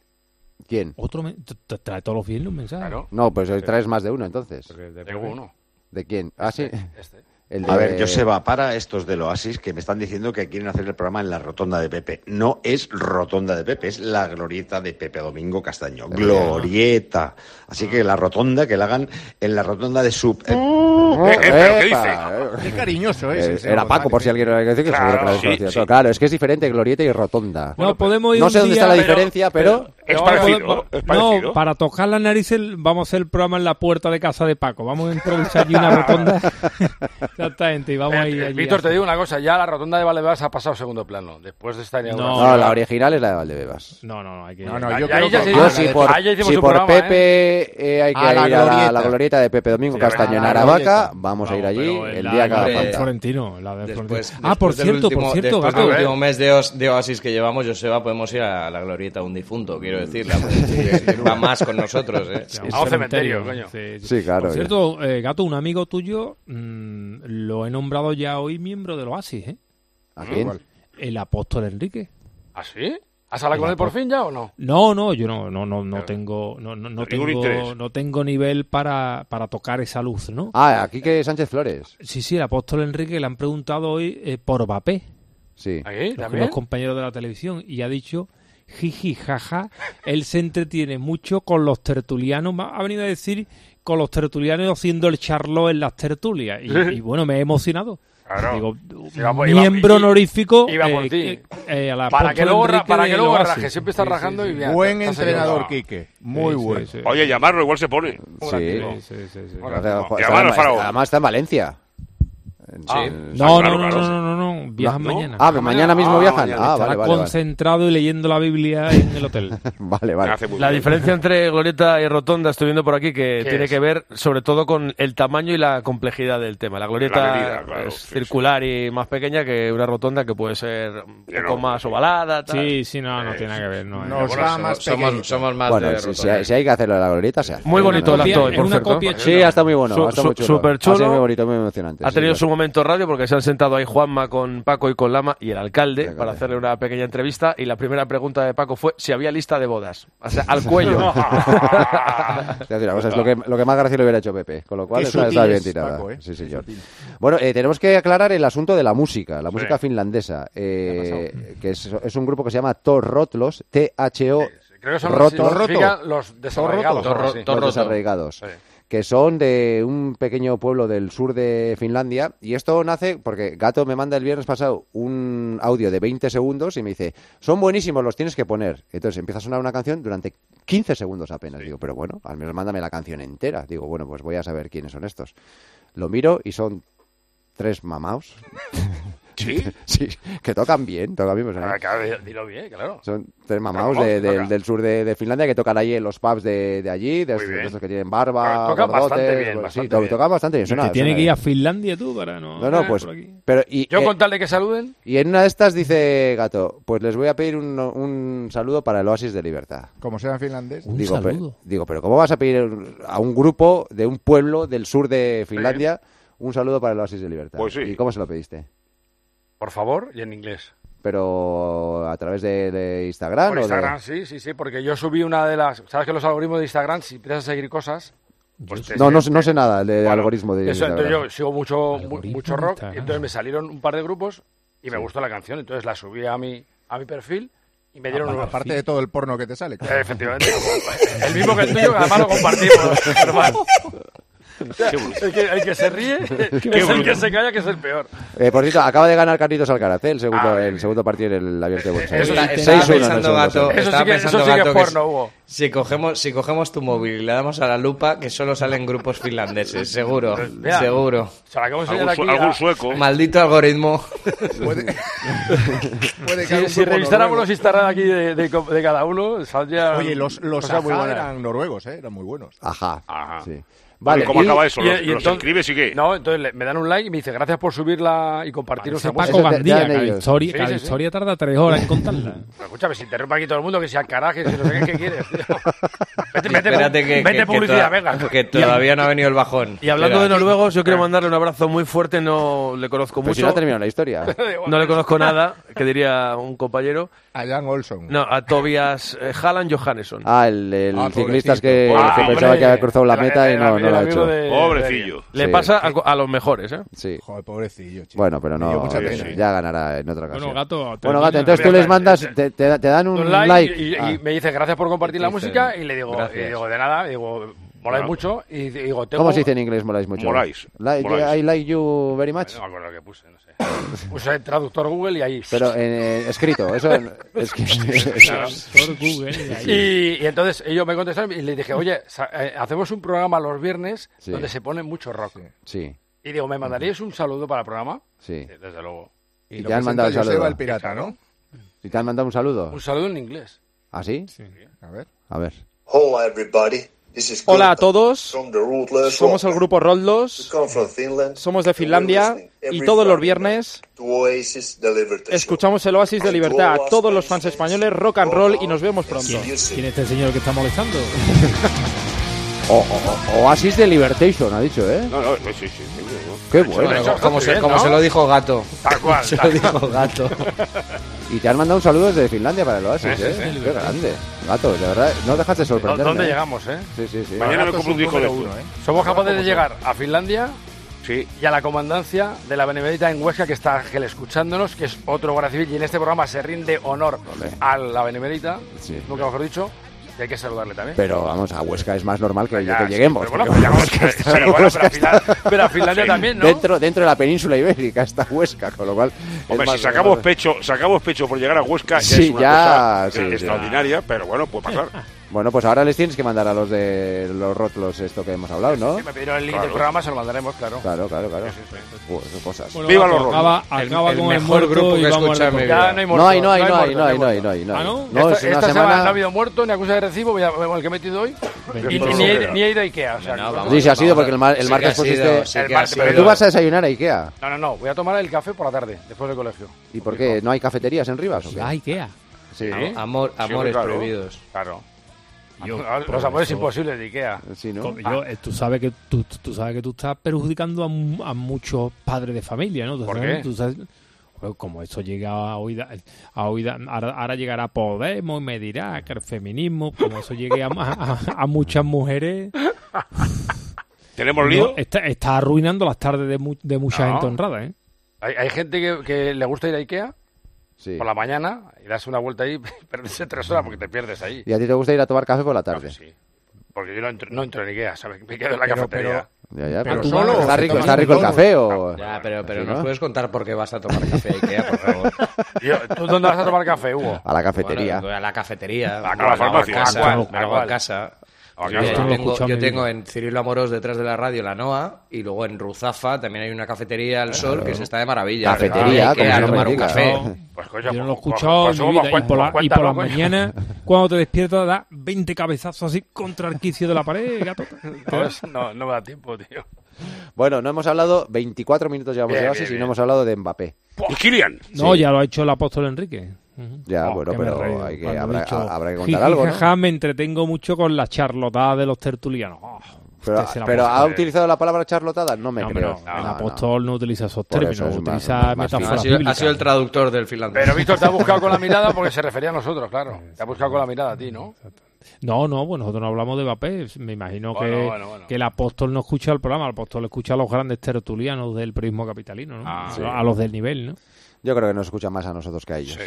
¿Quién?
Otro me- t- t- trae todos los viernes un mensaje.
Claro.
No, pues hoy traes más de uno entonces.
Tengo uno.
¿De quién? Ah, sí.
Este.
El de-
A ver, Joseba, para estos del Oasis que me están diciendo que quieren hacer el programa en la Rotonda de Pepe. No es Rotonda de Pepe, es la glorieta de Pepe Domingo Castaño. Glorieta. Así que la rotonda que la hagan en la rotonda de Sub. eh,
Eh, eh, pero ¿qué
Epa.
dice?
Qué cariñoso
Eh,
es. el señor
era Paco,
González,
por si
¿eh?
alguien lo había que decir, que
Claro,
seguro que lo habéis
sí,
conocido.
sí.
No, Claro, es que es diferente glorieta y rotonda.
No, podemos ir
no
un
sé dónde está la
día-
diferencia, pero...
Es
Vamos a-
parecido,
va-
es parecido.
No, para tocar las narices vamos a hacer el programa en la puerta de casa de Paco. Vamos a improvisar allí una rotonda. <laughs> Exactamente, y vamos
Eh,
a ir
eh,
allí.
Víctor,
a-
te digo una cosa, ya la rotonda de Valdebebas ha pasado a segundo plano, después de esta inauguración.
No, la original es la de Valdebebas.
No, no, no, hay que...
No, no,
Ahí-
yo
ahí
creo
ya
que...
se
Yo
Ah,
si
la de-
por,
ah, ya hicimos
si
un
por
programa,
Pepe eh, hay que
A la
ir a la,
glorieta.
la glorieta de Pepe Domingo
Sí,
Castaño
a
en
la
Aravaca,
glorieta.
vamos a
No,
ir allí
pero
el
la-
día que
la
haga
de
hombre,
falta.
Florentino, la de
Pues Después,
Florentino. Ah, por
después del
cierto,
último-
por cierto,
después
Gato.
Ah,
del último
eh.
mes de, os- de Oasis que llevamos, Joseba, podemos ir a la glorieta de un difunto, quiero decir. la-
<laughs>
va más con nosotros, ¿eh?
A un cementerio, coño.
Sí, sí.
Sí, claro.
Por
ya.
cierto, eh, Gato, un amigo tuyo mm, lo he nombrado ya hoy miembro del Oasis, ¿eh?
¿A quién?
El apóstol Enrique.
¿Ah, sí? ¿Has hablado con él por fin ya o no?
No, no, yo no, no, no, no tengo, no, no, no
Ningún
tengo,
interés.
no tengo nivel para, para tocar esa luz, ¿no?
Ah, aquí que Sánchez Flores.
Sí, sí, el apóstol Enrique le han preguntado hoy eh, por Mbappé,
Sí.
¿Ah,
¿Ahí?
los,
¿Ah, eh? ¿También?
los compañeros de la televisión, y ha dicho, jiji, jaja, él se entretiene mucho con los tertulianos, ma- ha venido a decir con los tertulianos haciendo el charlo en las tertulias, y, y bueno, me he emocionado.
Claro.
Digo,
Iba por- iba-
miembro
i-
honorífico
iba por
eh,
ti.
eh, eh, al
Para
apóstol
que luego, ra-
Enrique
para
de
que luego
Oasis.
raje, siempre está
Sí, sí,
rayando
sí.
y bien.
Buen
estás ayudando.
entrenador, Quique. Muy
Sí, sí,
bueno.
sí.
Oye, llamarlo, igual se pone.
Sí.
Sí, sí, sí, sí.
O sea, jo-
Llamar
está en-
al faraón.
Además está en Valencia. En-
Ah.
en-
No,
claro,
no, no,
claro.
no, no, no, no, viajan
No, no.
mañana.
Ah, pero mañana mismo
Ah,
viajan.
mañana.
Ah,
Estará
vale, vale. Vale,
concentrado y leyendo la Biblia en el hotel.
<laughs> vale. vale.
Hace muy
La
bien.
diferencia entre Glorieta y Rotonda, estoy viendo por aquí, que
¿Qué
tiene
es?
que ver sobre todo con el tamaño y la complejidad del tema. La Glorieta
La medida, claro,
es
sí,
circular y más pequeña que una Rotonda que puede ser un poco
Enorme.
más ovalada. Tal.
Sí, sí, no, no tiene nada que ver. No, eh.
Nos
Bueno,
va
somos-
más
somos,
pequeñitos.
somos más
bueno,
de eh.
si, si
rotonda.
hay, si hay que hacerlo de la glorieta, se hace.
Muy
No,
bonito
no,
el
no.
acto hoy,
Es
por
una
cierto.
copia
Sí, ha estado muy bueno.
Su-
ha estado muy
su-
chulo.
superchulo.
Ha sido muy bonito, muy emocionante.
Ha
sí,
tenido
sí.
su momento radio porque se han sentado ahí Juanma con con Paco y con Lama y el alcalde para hacerle una pequeña entrevista y la primera pregunta de Paco fue si había lista de bodas. O sea, al cuello.
<laughs> Te voy a decir una cosa, es lo que, lo que más gracia le hubiera hecho Pepe, con lo cual
Qué
está, está
sutil
bien
es,
tirada.
Paco, ¿eh?
Sí, señor. Bueno, eh, tenemos que aclarar el asunto de la música, la música finlandesa, eh, que es, es un grupo que se llama Torrotlos, T-H-O,
Creo que son los-
Roto,
significa los desarraigados.
Torroto.
algo así.
Los desarraigados. Que son de un pequeño pueblo del sur de Finlandia. Y esto nace porque Gato me manda el viernes pasado un audio de 20 segundos y me dice: Son buenísimos, los tienes que poner. Entonces empieza a sonar una canción durante 15 segundos apenas. Digo, pero bueno, al menos mándame la canción entera. Digo, bueno, pues voy a saber quiénes son estos. Lo miro y son tres
<laughs>
mamaos. ¿Sí? <laughs> sí, que tocan bien, tocan bien. pues, ¿no?
Ah, claro, dilo bien, claro.
Son tres mamados
mamaos
de-
que
del-
tocan.
del sur de, de Finlandia que tocan ahí en los pubs de, de allí, de, estos- de
bien.
estos que tienen barba,
Ah, tocan
gordotes,
bastante bien,
pues, sí,
bastante
to-
bien.
tocan bastante bien.
Te
Suena,
tiene
suena
que ir
bien.
a Finlandia tú para no.
No, no, pues. Pero y,
Yo
eh,
con tal de que saluden,
y en una de estas dice Gato, pues les voy a pedir un, un saludo para el Oasis de Libertad.
Como sea en finlandés.
digo, pe- digo, pero ¿cómo vas a pedir a un grupo de un pueblo del sur de Finlandia un saludo para el Oasis de Libertad?
Pues sí.
¿Y cómo se lo pediste?
por favor, y en inglés.
¿Pero a través de, de Instagram?
Por
o de-
Instagram, sí, sí, sí, porque yo subí una de las... ¿Sabes que los algoritmos de Instagram, si empiezas a seguir cosas... pues te-
No, no, sé- no sé nada del algoritmo de
Eso, entonces
Instagram.
yo sigo mucho, mu- mucho rock,
Instagram.
y entonces me salieron un par de grupos y me gustó la canción, entonces la subí a mi, a mi perfil y me dieron un...
Aparte de todo el porno que te sale. claro.
Eh, Efectivamente. el mismo que el tuyo, que además
<laughs>
lo compartimos. hermano. O sea, el, que, el que se ríe es el
bruto.
que se calla, que es el peor.
Eh, por cierto, acaba de ganar Carlitos Alcaraz, ¿eh? el segundo, el segundo partido en el abierto de Buenos Aires.
Eso está-
6-1
estaba
en el
pensando,
segundo
gato,
set.
estaba pensando, gato, que
porno,
si-
Hugo.
Si cogemos, si cogemos tu móvil y le damos a la lupa, que solo salen grupos finlandeses, seguro,
Pues Mira,
seguro.
se la acabo de enseñar Algún su- aquí algún a- sueco.
Maldito algoritmo.
<laughs>
<laughs>
Puede
Si, si revisáramos los Instagram aquí de, de co- de cada uno, saldría.
Oye, los, los
cosas muy
Ajá
buenas.
eran noruegos, ¿eh? eran muy buenos.
Ajá.
Sí.
Oye, y- y- y entonces- No, entonces le- me dan un like y me dice gracias por subirla y compartir nuestra
Paco
música".
Gandía, que la historia,
Sí,
cada
sí, sí.
historia tarda tres horas en contarla.
Pero escúchame, si interrumpe aquí todo el mundo, que sea caraje, que no sé qué, qué <laughs> quieres. tío. Vete, vete,
Espérate que,
vete
que- que toda-
publicidad, venga.
que todavía no ha venido el bajón.
Y hablando
de
Espera.
noruegos, yo quiero mandarle un abrazo muy fuerte, no le conozco
Pero
mucho.
si no ha terminado la historia.
<laughs> No le conozco nada, que diría un compañero.
A Jan Olson.
No, a Tobias eh, Haaland Johannesson.
Ah, el, el
Ah,
ciclista
pobrecito.
es que,
Ah,
que
hombre.
pensaba que había cruzado la meta y no, no lo ha hecho.
Le
Sí.
pasa a, a los mejores, ¿eh?
Sí.
Joder, pobrecillo,
Bueno, pero
Me dio
no,
mucha
eh,
pena, ¿eh?
ya ganará en otra ocasión.
Bueno, Gato,
Bueno,
termina.
Gato, entonces tú les mandas, te, te- te dan un
Un
like.
like, y, y-
Ah.
y me dice gracias por compartir la
Dicen,
música y le digo,
gracias.
y digo de nada, digo, moláis
Claro.
mucho y digo, tengo...
¿Cómo se dice en inglés? Moláis mucho.
Moláis,
Like-
moláis.
I like you very much.
No me acuerdo lo que puse, no sé. Puse el pues, eh, traductor Google y ahí...
Pero eh, escrito, eso es
<laughs>
que...
Traductor
Google
Y, y entonces ellos me contestaron y les dije, oye, sa- eh, hacemos un programa los viernes
Sí.
donde se pone mucho rock.
<laughs> Sí,
Y digo, ¿me mandaríais un saludo para el programa?
sí.
Eh, Desde luego.
Y te han mandado el saludo.
pirata, ¿no?
¿Y te han mandado un saludo?
Un saludo en inglés.
¿Ah, sí?
A ver.
A ver.
Oh,
Hola, everybody. This is
Hola a
Gunther
todos,
from the Rootless
somos el
Rock.
grupo Rodlos,
We come from Finland.
somos de Finlandia y todos los viernes
To Oasis delivered the show.
escuchamos el Oasis de Libertad a todos los fans españoles, rock and roll y nos vemos pronto.
¿Quién es este señor que
<laughs>
está molestando?
O, o- o- Oasis de Libertation, ha dicho, ¿eh?
No, no, sí, sí, sí. seguro,
Qué bueno.
como se, como se lo dijo Gato.
Tal
<laughs>
<laughs>
cual,
Se lo
tal cual.
dijo Gato.
Y te han mandado un saludo desde Finlandia para el Oasis,
Sí, sí,
¿eh?
sí.
Qué grande. Gato, de verdad, no dejas de
¿Dó-
sorprenderme.
¿Dónde
¿eh?
llegamos, eh?
Sí, sí, sí.
Mañana me compro un disco de esto.
Somos capaces de llegar a Finlandia y a la comandancia de la Benemérita en Huesca, que está Ángel escuchándonos, que es otro guardia civil, y en este programa se rinde honor a la Benemérita,
Sí.
nunca mejor dicho, y hay que saludarle también.
Pero vamos, a Huesca es más normal que,
Ya,
que
sí,
lleguemos.
pero bueno,
porque
pero
Huesca
bueno,
está-
pero bueno,
Huesca
pero a Finlan-
está-
pero a Finlandia también, ¿no?
Dentro, dentro de la península ibérica está Huesca, con lo cual... es
Hombre, si
más-
sacamos pecho, sacamos pecho por llegar a Huesca, ya
Sí,
es una
ya,
cosa eh,
sí, sí.
extraordinaria, pero bueno,
<laughs>
puede pasar.
Bueno, pues ahora les tienes que mandar a los de los rotlos esto que hemos hablado, ¿no?
Si me pidieron el link
Claro.
del programa, se lo mandaremos, claro.
Claro, claro, claro. Buah, qué cosas.
Bueno, Viva los
acaba,
Rolling. El-
acaba
el
con el
mejor
muerto
grupo
y
que he
vamos
escuchado
a Ah,
en mi
la
vida.
comida.
Ya no hay
No hay, no hay,
No
no
hay
hay, no hay, no hay, no hay, no hay. No,
esta
es una
esta semana... Ah, no ha
semana... pues
habido muerto, ni acusa de recibo, voy a- voy a- el que he metido hoy, y,
Esto no
ni,
lo
he,
creo.
ni he ido a Ikea. O sea, que-
Sí, sí ha sido porque el, mar- el
Sí que
martes
ha sido,
pusiste...
sí que El ha martes, sido.
Pero tú vas a desayunar a Ikea.
No, no, no, voy a tomar el café por la tarde, después del colegio.
¿Y por qué? ¿No hay cafeterías en Rivas? o qué?
Ah, Ikea.
Sí.
Ah,
Amor,
Sí,
amores
claro.
prohibidos.
Claro. Ah,
Yo,
Los
por
amores
eso-
imposibles de Ikea. Ah,
Sí,
Co- yo, eh, tú sabes que tú, tú sabes que tú estás perjudicando a, mu- a muchos padres de familia, ¿no? Tú
¿Por
sabes-
qué?
tú sabes- Como esto llega a oída, a oída ahora, ahora llegará Podemos y me dirá que el feminismo, como eso llegue a, a- a
<laughs>
muchas mujeres.
¿Tenemos lío?
No, está, está arruinando las tardes de, mu- de mucha
No.
gente honrada, ¿eh?
Hay, hay gente que, que le gusta ir a Ikea
Sí.
por la mañana y das una vuelta ahí <laughs> y perderse tres horas porque te pierdes ahí.
¿Y a ti te gusta ir a tomar café por la tarde?
Porque yo no entro, no entro en Ikea, ¿sabes? Me quedo en la
Pero-
cafetería.
Ya, ya,
Pero
pero
solo,
¿Está
¿o te
rico,
tomas
está
un
rico el
donut?
café o...?
Ya, pero, pero
Así,
¿nos
¿no?
puedes contar por qué vas a tomar café a Ikea, por
<laughs>
favor?
Yo- ¿Tú dónde vas a tomar café, Hugo?
A la cafetería.
Bueno, a la cafetería.
A la farmacia.
Me lo hago a casa.
¿A cuál?
me lo hago
¿A
a
cuál?
casa.
¿A
Yo,
casa? Esto no lo he
tengo,
escuchado
yo
en mi
tengo en Cirilo Amorós, detrás de la radio, la NOA, y luego en Ruzafa también hay una cafetería al sol que se está de maravilla.
Cafetería,
Hay que ir
como
a
su
tomar un
nombre
café.
indica.
coño,
Yo no lo he
pues,
escuchado
pues,
en mi
pues,
vida.
cuenta-
y por la, y
cuéntalo,
por las
coño.
mañanas, cuando te despiertas, da 20 cabezazos así contra el quicio de la pared, gato.
<laughs> Pues, no, no me da tiempo, tío.
Bueno, no hemos hablado, 24 minutos llevamos
Bien,
de
bien,
bases y
bien.
no hemos hablado de Mbappé.
¿Y Kylian?
No,
Sí.
ya lo ha hecho el apóstol Enrique. Ujú.
Ya,
Oh,
bueno,
que me he
pero
reído
hay que,
cuando he
habrá,
dicho,
ha- habrá que
"Jiji,
contar algo, ¿no?
jaja, me entretengo mucho con la charlotada de los tertulianos. Oh,
Pero,
Este
usted se la
pero
puso.
¿ha utilizado la palabra charlotada? No me
No, hombre,
creo.
no, el apóstol no, utiliza esos
Por
términos,
eso es más-
utiliza
más- más
Ha
metáforas
sido, ha
bíblicas.
sido el traductor del finlandés.
Pero Víctor te ha buscado con la mirada porque se refería a nosotros, claro. Te ha buscado con la mirada a ti, ¿no?
No, no, pues nosotros no hablamos de Mbappé. Me imagino
Bueno,
que,
bueno, bueno.
que el apóstol no escucha el programa, el apóstol escucha a los grandes tertulianos del periodismo capitalino, ¿no?
Ah,
A-
sí.
A los del nivel, ¿no?
Yo creo que nos escucha más a nosotros que a ellos.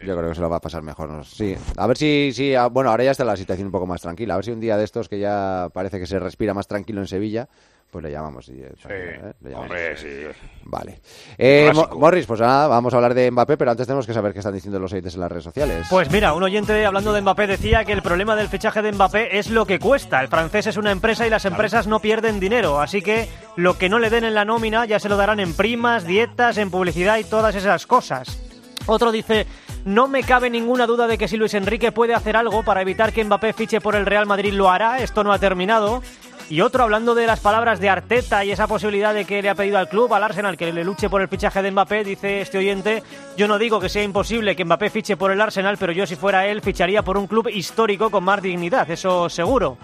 Yo creo que se lo va a pasar mejor. nos- Sí. A ver si, si a- bueno, ahora ya está la situación un poco más tranquila. A ver si un día de estos que ya parece que se respira más tranquilo en Sevilla, pues le llamamos. y, eh, tranquilo, ¿eh? Le llamamos.
Hombre, sí.
Vale. Eh, Mo-
Clásico.
Morris, pues nada, vamos a hablar de Mbappé, pero antes tenemos que saber qué están diciendo los oyentes en las redes sociales.
Pues mira, un oyente hablando de Mbappé decía que el problema del fichaje de Mbappé es lo que cuesta. El francés es una empresa y las empresas no pierden dinero, así que lo que no le den en la nómina ya se lo darán en primas, dietas, en publicidad y todas esas cosas. Otro dice, no me cabe ninguna duda de que si Luis Enrique puede hacer algo para evitar que Mbappé fiche por el Real Madrid lo hará, esto no ha terminado. Y otro hablando de las palabras de Arteta y esa posibilidad de que le ha pedido al club, al Arsenal, que le luche por el fichaje de Mbappé, dice este oyente, yo no digo que sea imposible que Mbappé fiche por el Arsenal, pero yo si fuera él ficharía por un club histórico con más dignidad, eso seguro.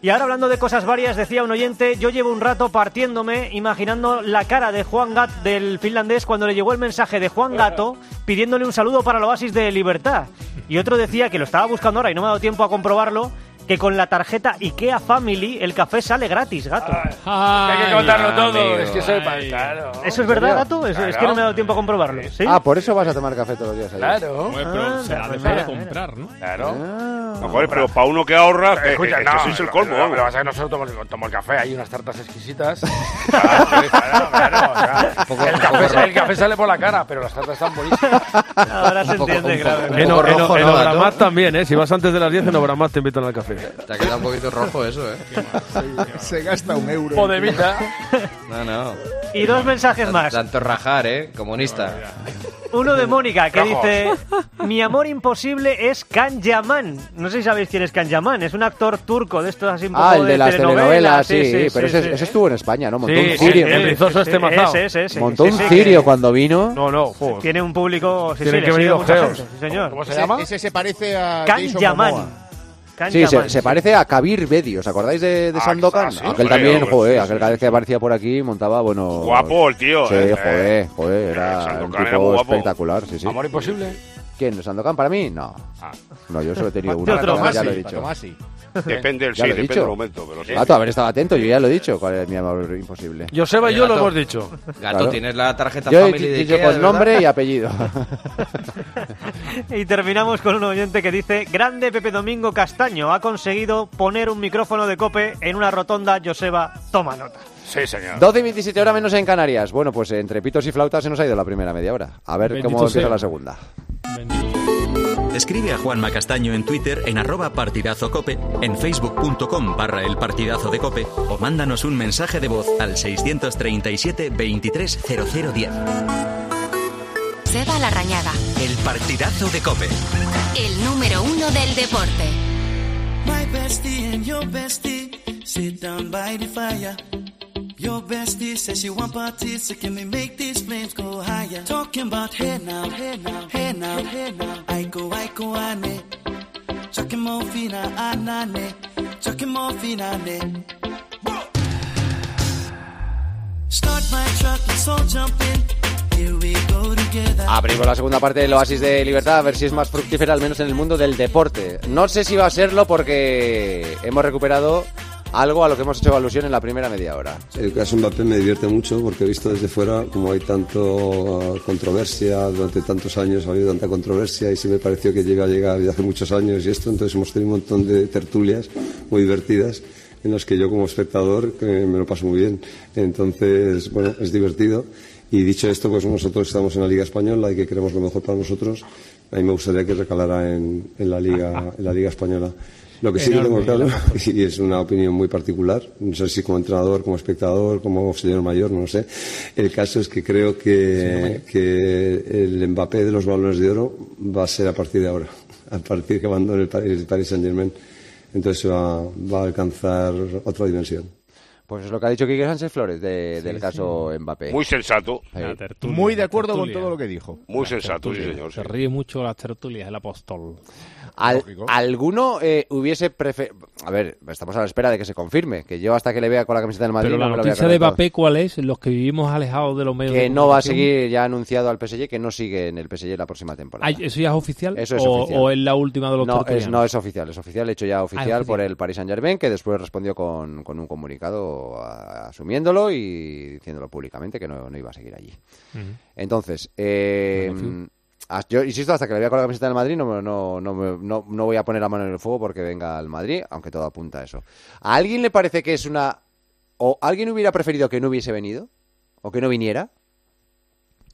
Y ahora hablando de cosas varias, decía un oyente, yo llevo un rato partiéndome, imaginando la cara de Juan Gat del finlandés cuando le llegó el mensaje de Juan Gato pidiéndole un saludo para el Oasis de Libertad. Y otro decía que lo estaba buscando ahora y no me ha dado tiempo a comprobarlo, que con la tarjeta IKEA Family el café sale gratis, gato.
Ah,
Hay que contarlo todo. Es que soy pa- Ah, claro.
¿Eso es verdad,
¿En serio?
gato? Es, es que no me ha dado tiempo a comprobarlo. ¿sí?
Ah, por eso vas a tomar café todos los días. ahí.
Claro.
Pero se la ha dejado de comprar, ¿no?
Claro.
Ah.
No, joder, pero para uno que ahorra, eh,
Escucha,
eh,
no,
es que sois el colmo,
no,
vamos.
pero vas a ver, nosotros tomamos, tomamos café, hay unas tartas
<laughs>
exquisitas. Claro, claro, claro, claro. el, café, el café sale por la cara, pero las tartas están buenísimas.
Ahora se entiende, claro.
En, o- en, o- en
¿no,
Obramat también, ¿eh? Si vas antes de las 10, en Obramat te invitan al café.
Te ha quedado un poquito rojo eso, ¿eh?
<laughs> Se gasta un euro.
Podemita.
No, no.
Y dos mensajes más.
Tanto rajar, ¿eh? Comunista.
Uno de Mónica que
Cajos.
dice: Mi amor imposible es Can Yaman. No sé si sabéis quién es Can Yaman, es un actor turco de estos así un poco
Ah, el de las telenovelas, sí, sí, pero
sí,
ese,
sí.
ese estuvo en España, ¿no? Montó
Sí,
un
sí,
cirio,
el rizoso este mazao.
Ese, ese, ese.
montó
Sí,
un
sí,
cirio
que
cuando vino.
No, no, joder.
Tiene un público. Sí,
Tienen
sí,
que
le sigue
venir
mucha
ojeos.
gente, sí, señor.
¿Cómo se
Ese,
llama?
ese se parece a
Can
Jason
Yaman.
Momoa.
Can
Sí, se,
Yaman,
se parece a Kabir Bedi, ¿os acordáis de, de Sandokan?
ah, sí,
aquel
hombre,
también,
hombre,
joder,
sí,
aquel
sí,
cada vez que aparecía por aquí montaba, bueno...
Guapo el tío,
Sí,
eh,
joder, joder,
eh,
era un
Sandokan era muy
tipo
guapo.
espectacular, sí, sí.
Amor imposible.
¿Quién, Sandokan para mí? No.
Ah.
No, yo solo he tenido uno,
Otro
ya
más,
lo he
sí,
dicho.
Tomasi.
Depende del
Ya
sí,
lo he
depende
dicho.
del momento, pero sí.
Gato, haber estado atento, yo ya lo he dicho, cuál es mi amor imposible.
Joseba y yo lo
Gato.
hemos dicho.
Gato,
Claro.
tienes la tarjeta
Yo he
family de
dicho
Ikea,
con
¿de
nombre
verdad?
y apellido.
<laughs>
<laughs>
Y terminamos con un oyente que dice, grande Pepe Domingo Castaño ha conseguido poner un micrófono de cope en una rotonda, Joseba, toma nota.
Sí, señor.
12 y 27 horas menos en Canarias. Bueno, pues entre pitos y flautas se nos ha ido la primera media hora. A ver
Bendito
cómo empieza
sea.
la segunda.
Escribe a Juanma Castaño en Twitter en arroba partidazo cope, en facebook.com barra el partidazo de cope o mándanos un mensaje de voz al 637 230010.
Seba Larrañaga,
El partidazo de cope.
el número uno del deporte.
My bestie and your bestie sit down by the fire. Your bestie says she want parties, so can we make these flames go higher? Talking about hey now, hey now, hey now, hey now. I go, I go, ane. Chucking ah, more fina, anane. Chucking more fina, ne. Start my truck, let's all jump in. Here we go together.
Abrimos la segunda parte del Oasis de Libertad a ver si es más fructífera, al menos en el mundo del deporte. No sé si va a serlo porque hemos recuperado algo a lo que hemos hecho alusión en la primera media hora.
El caso Mbappé me divierte mucho porque he visto desde fuera como hay tanto eh, controversia, durante tantos años ha habido tanta controversia y sí me pareció que llega a llegar desde hace muchos años y esto, entonces hemos tenido un montón de tertulias muy divertidas en las que yo como espectador eh, me lo paso muy bien. Entonces, bueno, es divertido. Y dicho esto, pues nosotros estamos en la Liga Española y que queremos lo mejor para nosotros. A mí me gustaría que recalara en, en la, Liga, en la Liga Española. Lo que sí que tengo
Enorme,
claro, <laughs> y es una opinión muy particular, no sé si como entrenador, como espectador, como señor mayor, no lo sé. El caso es que creo que, que el Mbappé de los balones de oro va a ser a partir de ahora, <laughs> a partir que abandone el, Pa- el Paris Saint-Germain. Entonces va, va a alcanzar otra dimensión.
Pues es lo que ha dicho Quique Sánchez Flores de- del caso Mbappé.
Muy sensato.
Sí.
Muy de acuerdo con todo lo que dijo.
Muy
Las
sensato, sí,
tertulias.
señor,
Se
sí.
ríe mucho las tertulias, el apóstol.
Al- ¿Alguno eh, hubiese preferido...? A ver, estamos a la espera de que se confirme, que yo hasta que le vea con la camiseta del Madrid...
Pero la
no me lo voy a
noticia
creer
de
todo.
Mbappé, ¿cuál es? Los que vivimos alejados de los medios de
Que no va a
comunicación.
seguir, ya ha anunciado al PSG que no sigue en el PSG la próxima temporada.
Ay, ¿Eso ya es oficial?
Eso es
o,
oficial.
o es la última de los
No es,
tertulianos?
no es oficial, es oficial, hecho ya oficial,
oficial.
por el Paris Saint Germain, que después respondió con, con un comunicado a- asumiéndolo y diciéndolo públicamente que no, no iba a seguir allí.
Ujú.
Entonces, eh, as- yo insisto, hasta que le vea con la camiseta del Madrid, no, me- no, no, me- no, no voy a poner la mano en el fuego porque venga al Madrid, aunque todo apunta a eso. ¿A alguien le parece que es una. o alguien hubiera preferido que no hubiese venido? ¿O que no viniera?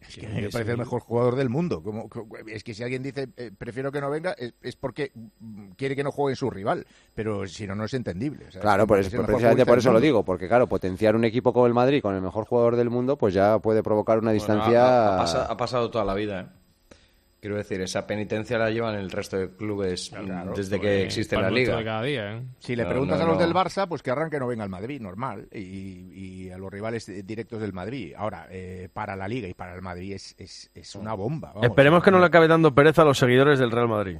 Es que me parece el mejor jugador del mundo. Como, como- es que si alguien dice eh, prefiero que no venga, es, es porque mm, quiere que no juegue su rival. Pero si no, no es entendible. o sea,
Claro, por
es
eso-
el mejor
precisamente
futbolista
por
del
eso lo
mundo.
digo, porque claro, potenciar un equipo como el Madrid con el mejor jugador del mundo, pues ya puede provocar una
Bueno,
distancia.
ha, ha pasa- ha pasado toda la vida, ¿eh? Quiero decir, esa penitencia la llevan el resto de clubes mm, desde que
Porque
existe
pan
la
nuestro
liga.
de cada día, ¿eh?
Si le
No,
preguntas
no,
a los
no.
del Barça, pues que arranque no venga al Madrid, normal. Y, y a los rivales eh, directos del Madrid. Ahora, eh, para la Liga y para el Madrid es, es- es una bomba. vamos.
Esperemos que no le acabe dando pereza a los seguidores del Real Madrid.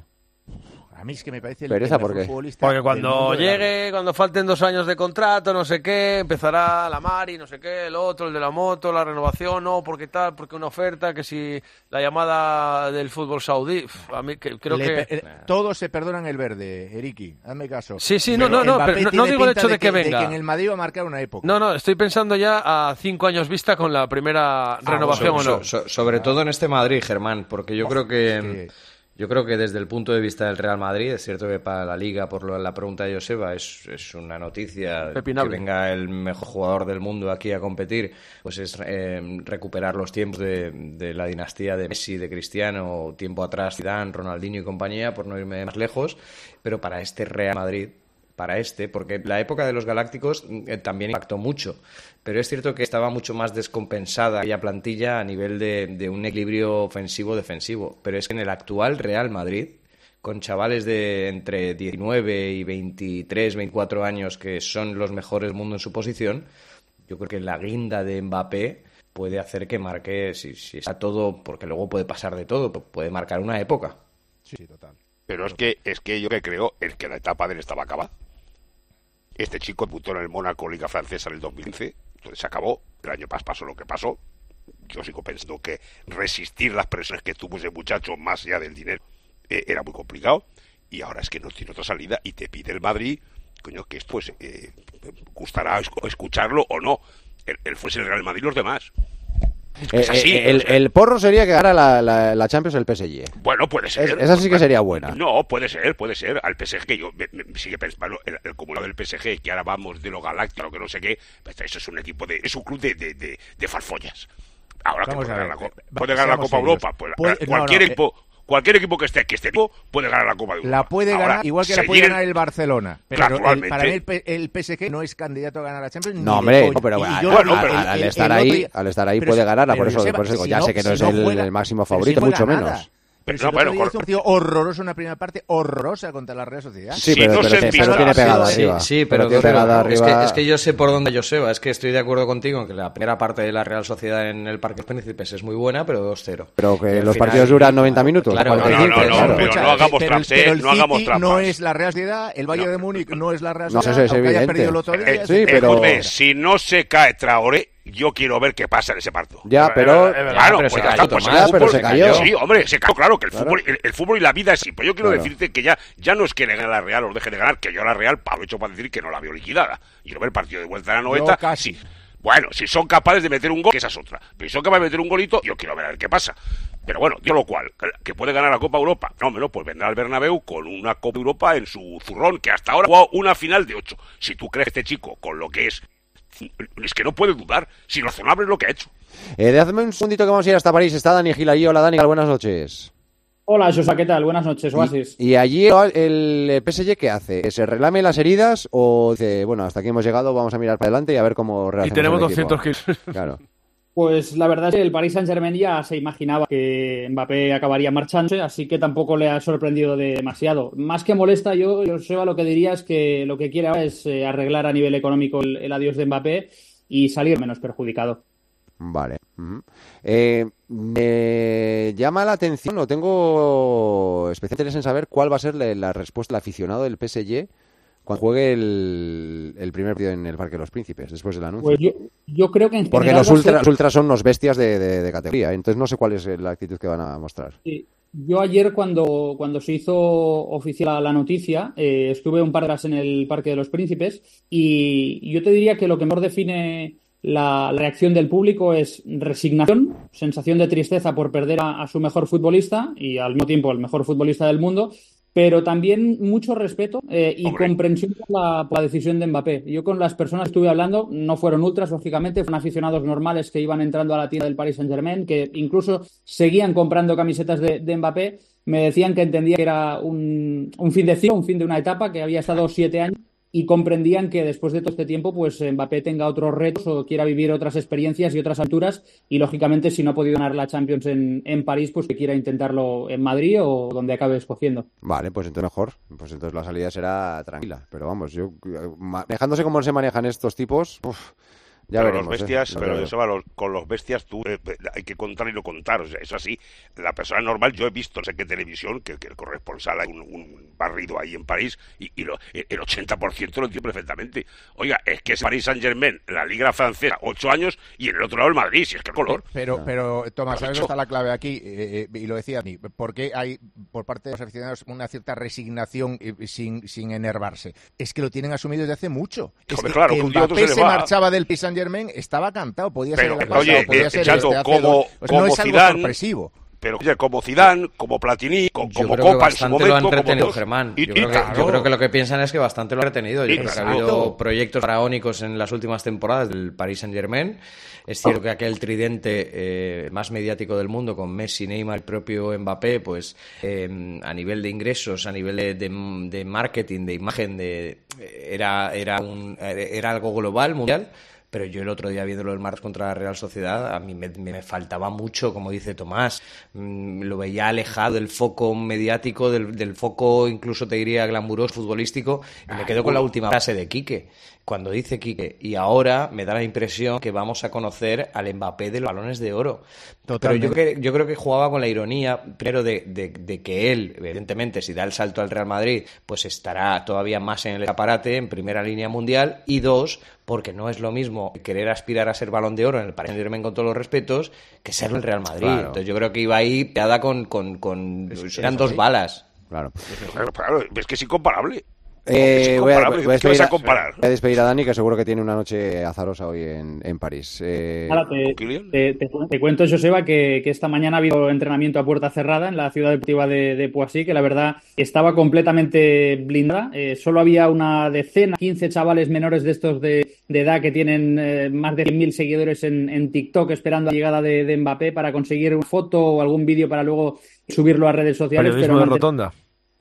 A mí es que me parece el,
Pereza,
el mejor
¿por qué?
futbolista
Porque
del
cuando
mundo de la Liga.
llegue, cuando falten dos años de contrato, no sé qué, empezará la Mari, no sé qué, el otro, el de la moto, la renovación, no, porque tal, porque una oferta, que si la llamada del fútbol saudí, pf, a mí que- creo
Le
que...
pe- eh, Todos se perdonan el verde, Eriki, hazme caso.
Sí, sí, no, no, no,
Mbappé
pero no- no
tiene
digo el
pinta
hecho de que venga.
en el Madrid va a marcar una época.
No, no, estoy pensando ya a cinco años vista con la
Ah,
primera
pues
Ah, renovación
Ah, So-
o no.
so- so- sobre todo en este Madrid, Germán, porque yo creo que, yo creo que desde el punto de vista del Real Madrid, es cierto que para la Liga, por lo- la pregunta de Joseba, es, es una noticia
Pepinable.
que venga el mejor jugador del mundo aquí a competir, pues es eh, recuperar los tiempos de, de la dinastía de Messi, de Cristiano, tiempo atrás Zidane, Ronaldinho y compañía, por no irme más lejos, pero para este Real Madrid para este, porque la época de los Galácticos mm, eh, también impactó mucho. Pero es cierto que estaba mucho más descompensada aquella plantilla a nivel de, de un equilibrio ofensivo-defensivo. Pero es que en el actual Real Madrid, con chavales de entre 19 y 23, 24 años que son los mejores del mundo en su posición, yo creo que la guinda de Mbappé puede hacer que marque, si, si está todo, porque luego puede pasar de todo, pero puede marcar una época.
Sí, total.
Pero es que, es que yo que creo es que la etapa de él estaba acabada. Este chico debutó en el Mónaco Liga Francesa en el 2015, entonces se acabó. El año pasado pasó lo que pasó. Yo sigo pensando que resistir las presiones que tuvo ese muchacho más allá del dinero eh, era muy complicado. Y ahora es que no tiene otra salida y te pide el Madrid, coño, que esto pues, eh, gustará esc- escucharlo o no. Él, él fuese el Real Madrid y los demás. que es
Eh,
así,
eh, el,
o sea.
el porro sería que ganara la, la- la Champions el PSG.
Bueno, puede ser.
Es- esa sí que sería buena.
No, puede ser, puede ser. Al PSG, que yo me, me sigue pensando, el, el acumulado del PSG, que ahora vamos de lo galáctico, que no sé qué, pues eso es un equipo de, es un club de, de, de, de farfollas. Ahora que
Vamos
puede
a
ganar, la,
ver,
co-
eh,
puede ganar la
seamos
Copa
serios.
Europa, pues,
Puede-
ahora
no,
cualquier
no, eh,
equipo, cualquier equipo que esté que este equipo puede ganar la Copa de Europa.
La puede
Ahora,
ganar, igual que la puede
seguir en-
ganar el Barcelona. Pero el-
Naturalmente.
para mí el, P- el PSG no es candidato a ganar la Champions. ni
No,
de
hombre,
coña.
no, pero
Y
bueno,
yo-
al,
el-
al-
el-
al
el
estar
otro
ahí,
día-
al estar ahí
pero
puede
si-
ganarla, por
pero
eso,
Joseba,
por eso digo,
si
ya sé que no
si
es el,
juega-
el máximo
pero si
favorito,
no
mucho
juega nada.
menos.
Pero,
Pero
si
no,
el otro
bueno,
día
con-
hizo un tío horroroso en una primera parte, horrorosa contra la Real Sociedad.
Sí, pero- pero te- pero tiene pegada
Sí,
arriba.
Sí,
Pero
pero,
tiene pegada
es,
arriba.
que, es que yo sé por dónde yo se va. Es que estoy de acuerdo contigo en que la primera parte de la Real Sociedad en el Parque de los Príncipes es muy buena, pero 2-0.
Pero que
Y al
los
final-
partidos duran 90 minutos.
Claro,
45,
no, no, no,
claro.
pero
Escucha,
no hagamos
pero el-
trampas, ¿eh?
pero el
No hagamos
City
trampas.
no es la Real Sociedad, el Bayern de Múnich no es la Real
No, eso
Sociedad,
es
aunque haya
evidente.
perdido el otro día.
Eh,
Sí, pero-
escúchame, si no se cae Traoré, yo quiero ver qué pasa en ese parto.
Ya, pero- Es verdad,
Claro,
pero
pues
se
ya
cayó,
está, pues
Tomás.
el
Ya, pero
fútbol-
se cayó.
Sí, hombre, se cayó, claro, que el
Claro.
fútbol, el, el fútbol y la vida sí. Pero yo quiero
Claro.
decirte que ya, ya no es que le gane la Real o deje de ganar, que yo a la Real, Pablo hecho para decir que no la veo liquidada. Y lo ve el partido de vuelta a la 90.
Yo casi.
sí. Bueno, si son capaces de meter un gol, que esa es otra. Pero si son capaces de meter un golito, yo quiero ver a ver qué pasa. Pero bueno, digo lo cual, que- que puede ganar la Copa Europa. No, menos, pues vendrá al Bernabéu con una Copa Europa en su zurrón, que hasta ahora ha jugado una final de ocho. Si tú crees que este chico, con lo que es, es que no puede dudar, si razonable es lo que ha hecho.
Eh, dejadme un segundito que vamos a ir hasta París. Está Dani Gil allí. Hola, Dani. Buenas noches.
Hola, Joshua, ¿qué tal? Buenas noches, Oasis.
¿Y allí el PSG qué hace? ¿Se relame las heridas o dice, bueno, hasta aquí hemos llegado, vamos a mirar para adelante y a ver cómo reacciona?
tenemos 200
kilos. Claro.
Pues la verdad es que el Paris Saint-Germain ya se imaginaba que Mbappé acabaría marchándose, así que tampoco le ha sorprendido demasiado. Más que molesta, yo, Joseba, lo que diría es que lo que quiere ahora es eh, arreglar a nivel económico el, el adiós de Mbappé y salir menos perjudicado.
Vale. ujú. Eh, me llama la atención, o tengo especial interés en saber cuál va a ser la, la respuesta del aficionado del PSG cuando juegue el, el primer partido en el Parque de los Príncipes, después del anuncio.
Pues yo, yo creo que en
Porque
general
los
va a ser-
ultras ultras son unos bestias de, de- de categoría, entonces no sé cuál es la actitud que van a mostrar.
Sí. Eh, Yo ayer cuando, cuando se hizo oficial la- la noticia, eh, estuve un par de horas en el Parque de los Príncipes y yo te diría que lo que mejor define la, la reacción del público es resignación, sensación de tristeza por perder a, a su mejor futbolista y al mismo tiempo el mejor futbolista del mundo, pero también mucho respeto eh, y comprensión por la, por la decisión de Mbappé. Yo con las personas que estuve hablando no fueron ultras, lógicamente, fueron aficionados normales que iban entrando a la tienda del Paris Saint-Germain, que incluso seguían comprando camisetas de, de Mbappé. Me decían que entendía que era un, un fin de ciclo, un fin de una etapa, que había estado siete años y comprendían que después de todo este tiempo, pues Mbappé tenga otros retos o quiera vivir otras experiencias y otras alturas. Y lógicamente, si no ha podido ganar la Champions en, en París, pues que quiera intentarlo en Madrid o donde acabe escogiendo.
Vale, pues entonces mejor. Pues entonces la salida será tranquila. Pero vamos, yo manejándose como se manejan estos tipos, uf, ya
pero
veremos.
los
¿eh?
bestias,
Ya
pero
veremos.
eso va, los- con los bestias tú eh, pe- hay que contar y no contar. O sea, es así. La persona normal, yo he visto, no sé qué televisión, que, que el corresponsal hay un, un barrido ahí en París y, y lo- e, el el 80% lo entiende perfectamente. Oiga, es que es París Saint-Germain, la Liga Francesa, 8 años y en el otro lado el Madrid, si es que el color.
Pero, pero Tomás, ¿sabes
Claro.
dónde está la clave aquí? Eh, eh, y lo decía Dani, porque hay por parte de los aficionados una cierta resignación eh, sin, sin enervarse? Es que lo tienen asumido desde hace mucho. Es
Hombre, claro,
que
que un día otro
Mbappé
se
se,
le va.
marchaba del Paris Saint Germain, estaba cantado, podía
Pero,
ser el año
oye,
pasado, podía
eh,
ser el
Chato,
de hace
como-
dos. O sea, no
como
es algo
Zidane-
sorpresivo.
Pero oye, como Zidane, como Platini, co-
Yo
como
creo que
Copa en su
bastante lo
momento,
han
como
retenido,
todos.
Germán.
Y-
Yo,
y
creo que, yo
claro.
creo que lo que piensan es que bastante lo ha retenido. Yo creo que ha
Exacto.
habido proyectos faraónicos en las últimas temporadas del Paris Saint-Germain. Es cierto que aquel tridente eh, más mediático del mundo con Messi, Neymar, el propio Mbappé, pues eh, a nivel de ingresos, a nivel de, de- de marketing, de imagen, de eh, era, era, un, eh, era algo global, mundial. Pero yo el otro día viéndolo el Mars contra la Real Sociedad, a mí me, me faltaba mucho, como dice Tomás. Mm, Lo veía alejado del foco mediático, del, del foco incluso te diría glamuroso futbolístico. Y me quedo con la última frase de Quique, cuando dice Quique. Y ahora me da la impresión que vamos a conocer al Mbappé de los balones de oro.
Totalmente.
Pero yo, cre- yo creo que jugaba con la ironía, primero, de, de- de que él, evidentemente, si da el salto al Real Madrid, pues estará todavía más en el escaparate, en primera línea mundial, y dos, porque no es lo mismo querer aspirar a ser balón de oro en el Paris Saint-Germain con todos los respetos, que serlo en Real Madrid.
Claro.
Entonces yo creo que iba ahí peada con... con, con eran
es
dos
así.
balas.
Claro.
Claro, claro, es que es incomparable.
Eh,
Es
voy, a,
incomparable,
voy a
¿qué vas
despedir
a
a,
comparar?
voy a despedir a Dani, que seguro que tiene una noche azarosa hoy en, en París. Eh,
Ahora te, te- te cu- te cuento, Joseba, que, que esta mañana ha habido entrenamiento a puerta cerrada en la ciudad deportiva de, de Poissy, que la verdad estaba completamente blindada. Eh, solo había una decena, 15 chavales menores de estos de, de edad que tienen eh, más de 100.000 seguidores en, en TikTok esperando la llegada de, de Mbappé para conseguir una foto o algún vídeo para luego subirlo a redes sociales.
Periodismo
pero
de
manten-
rotonda.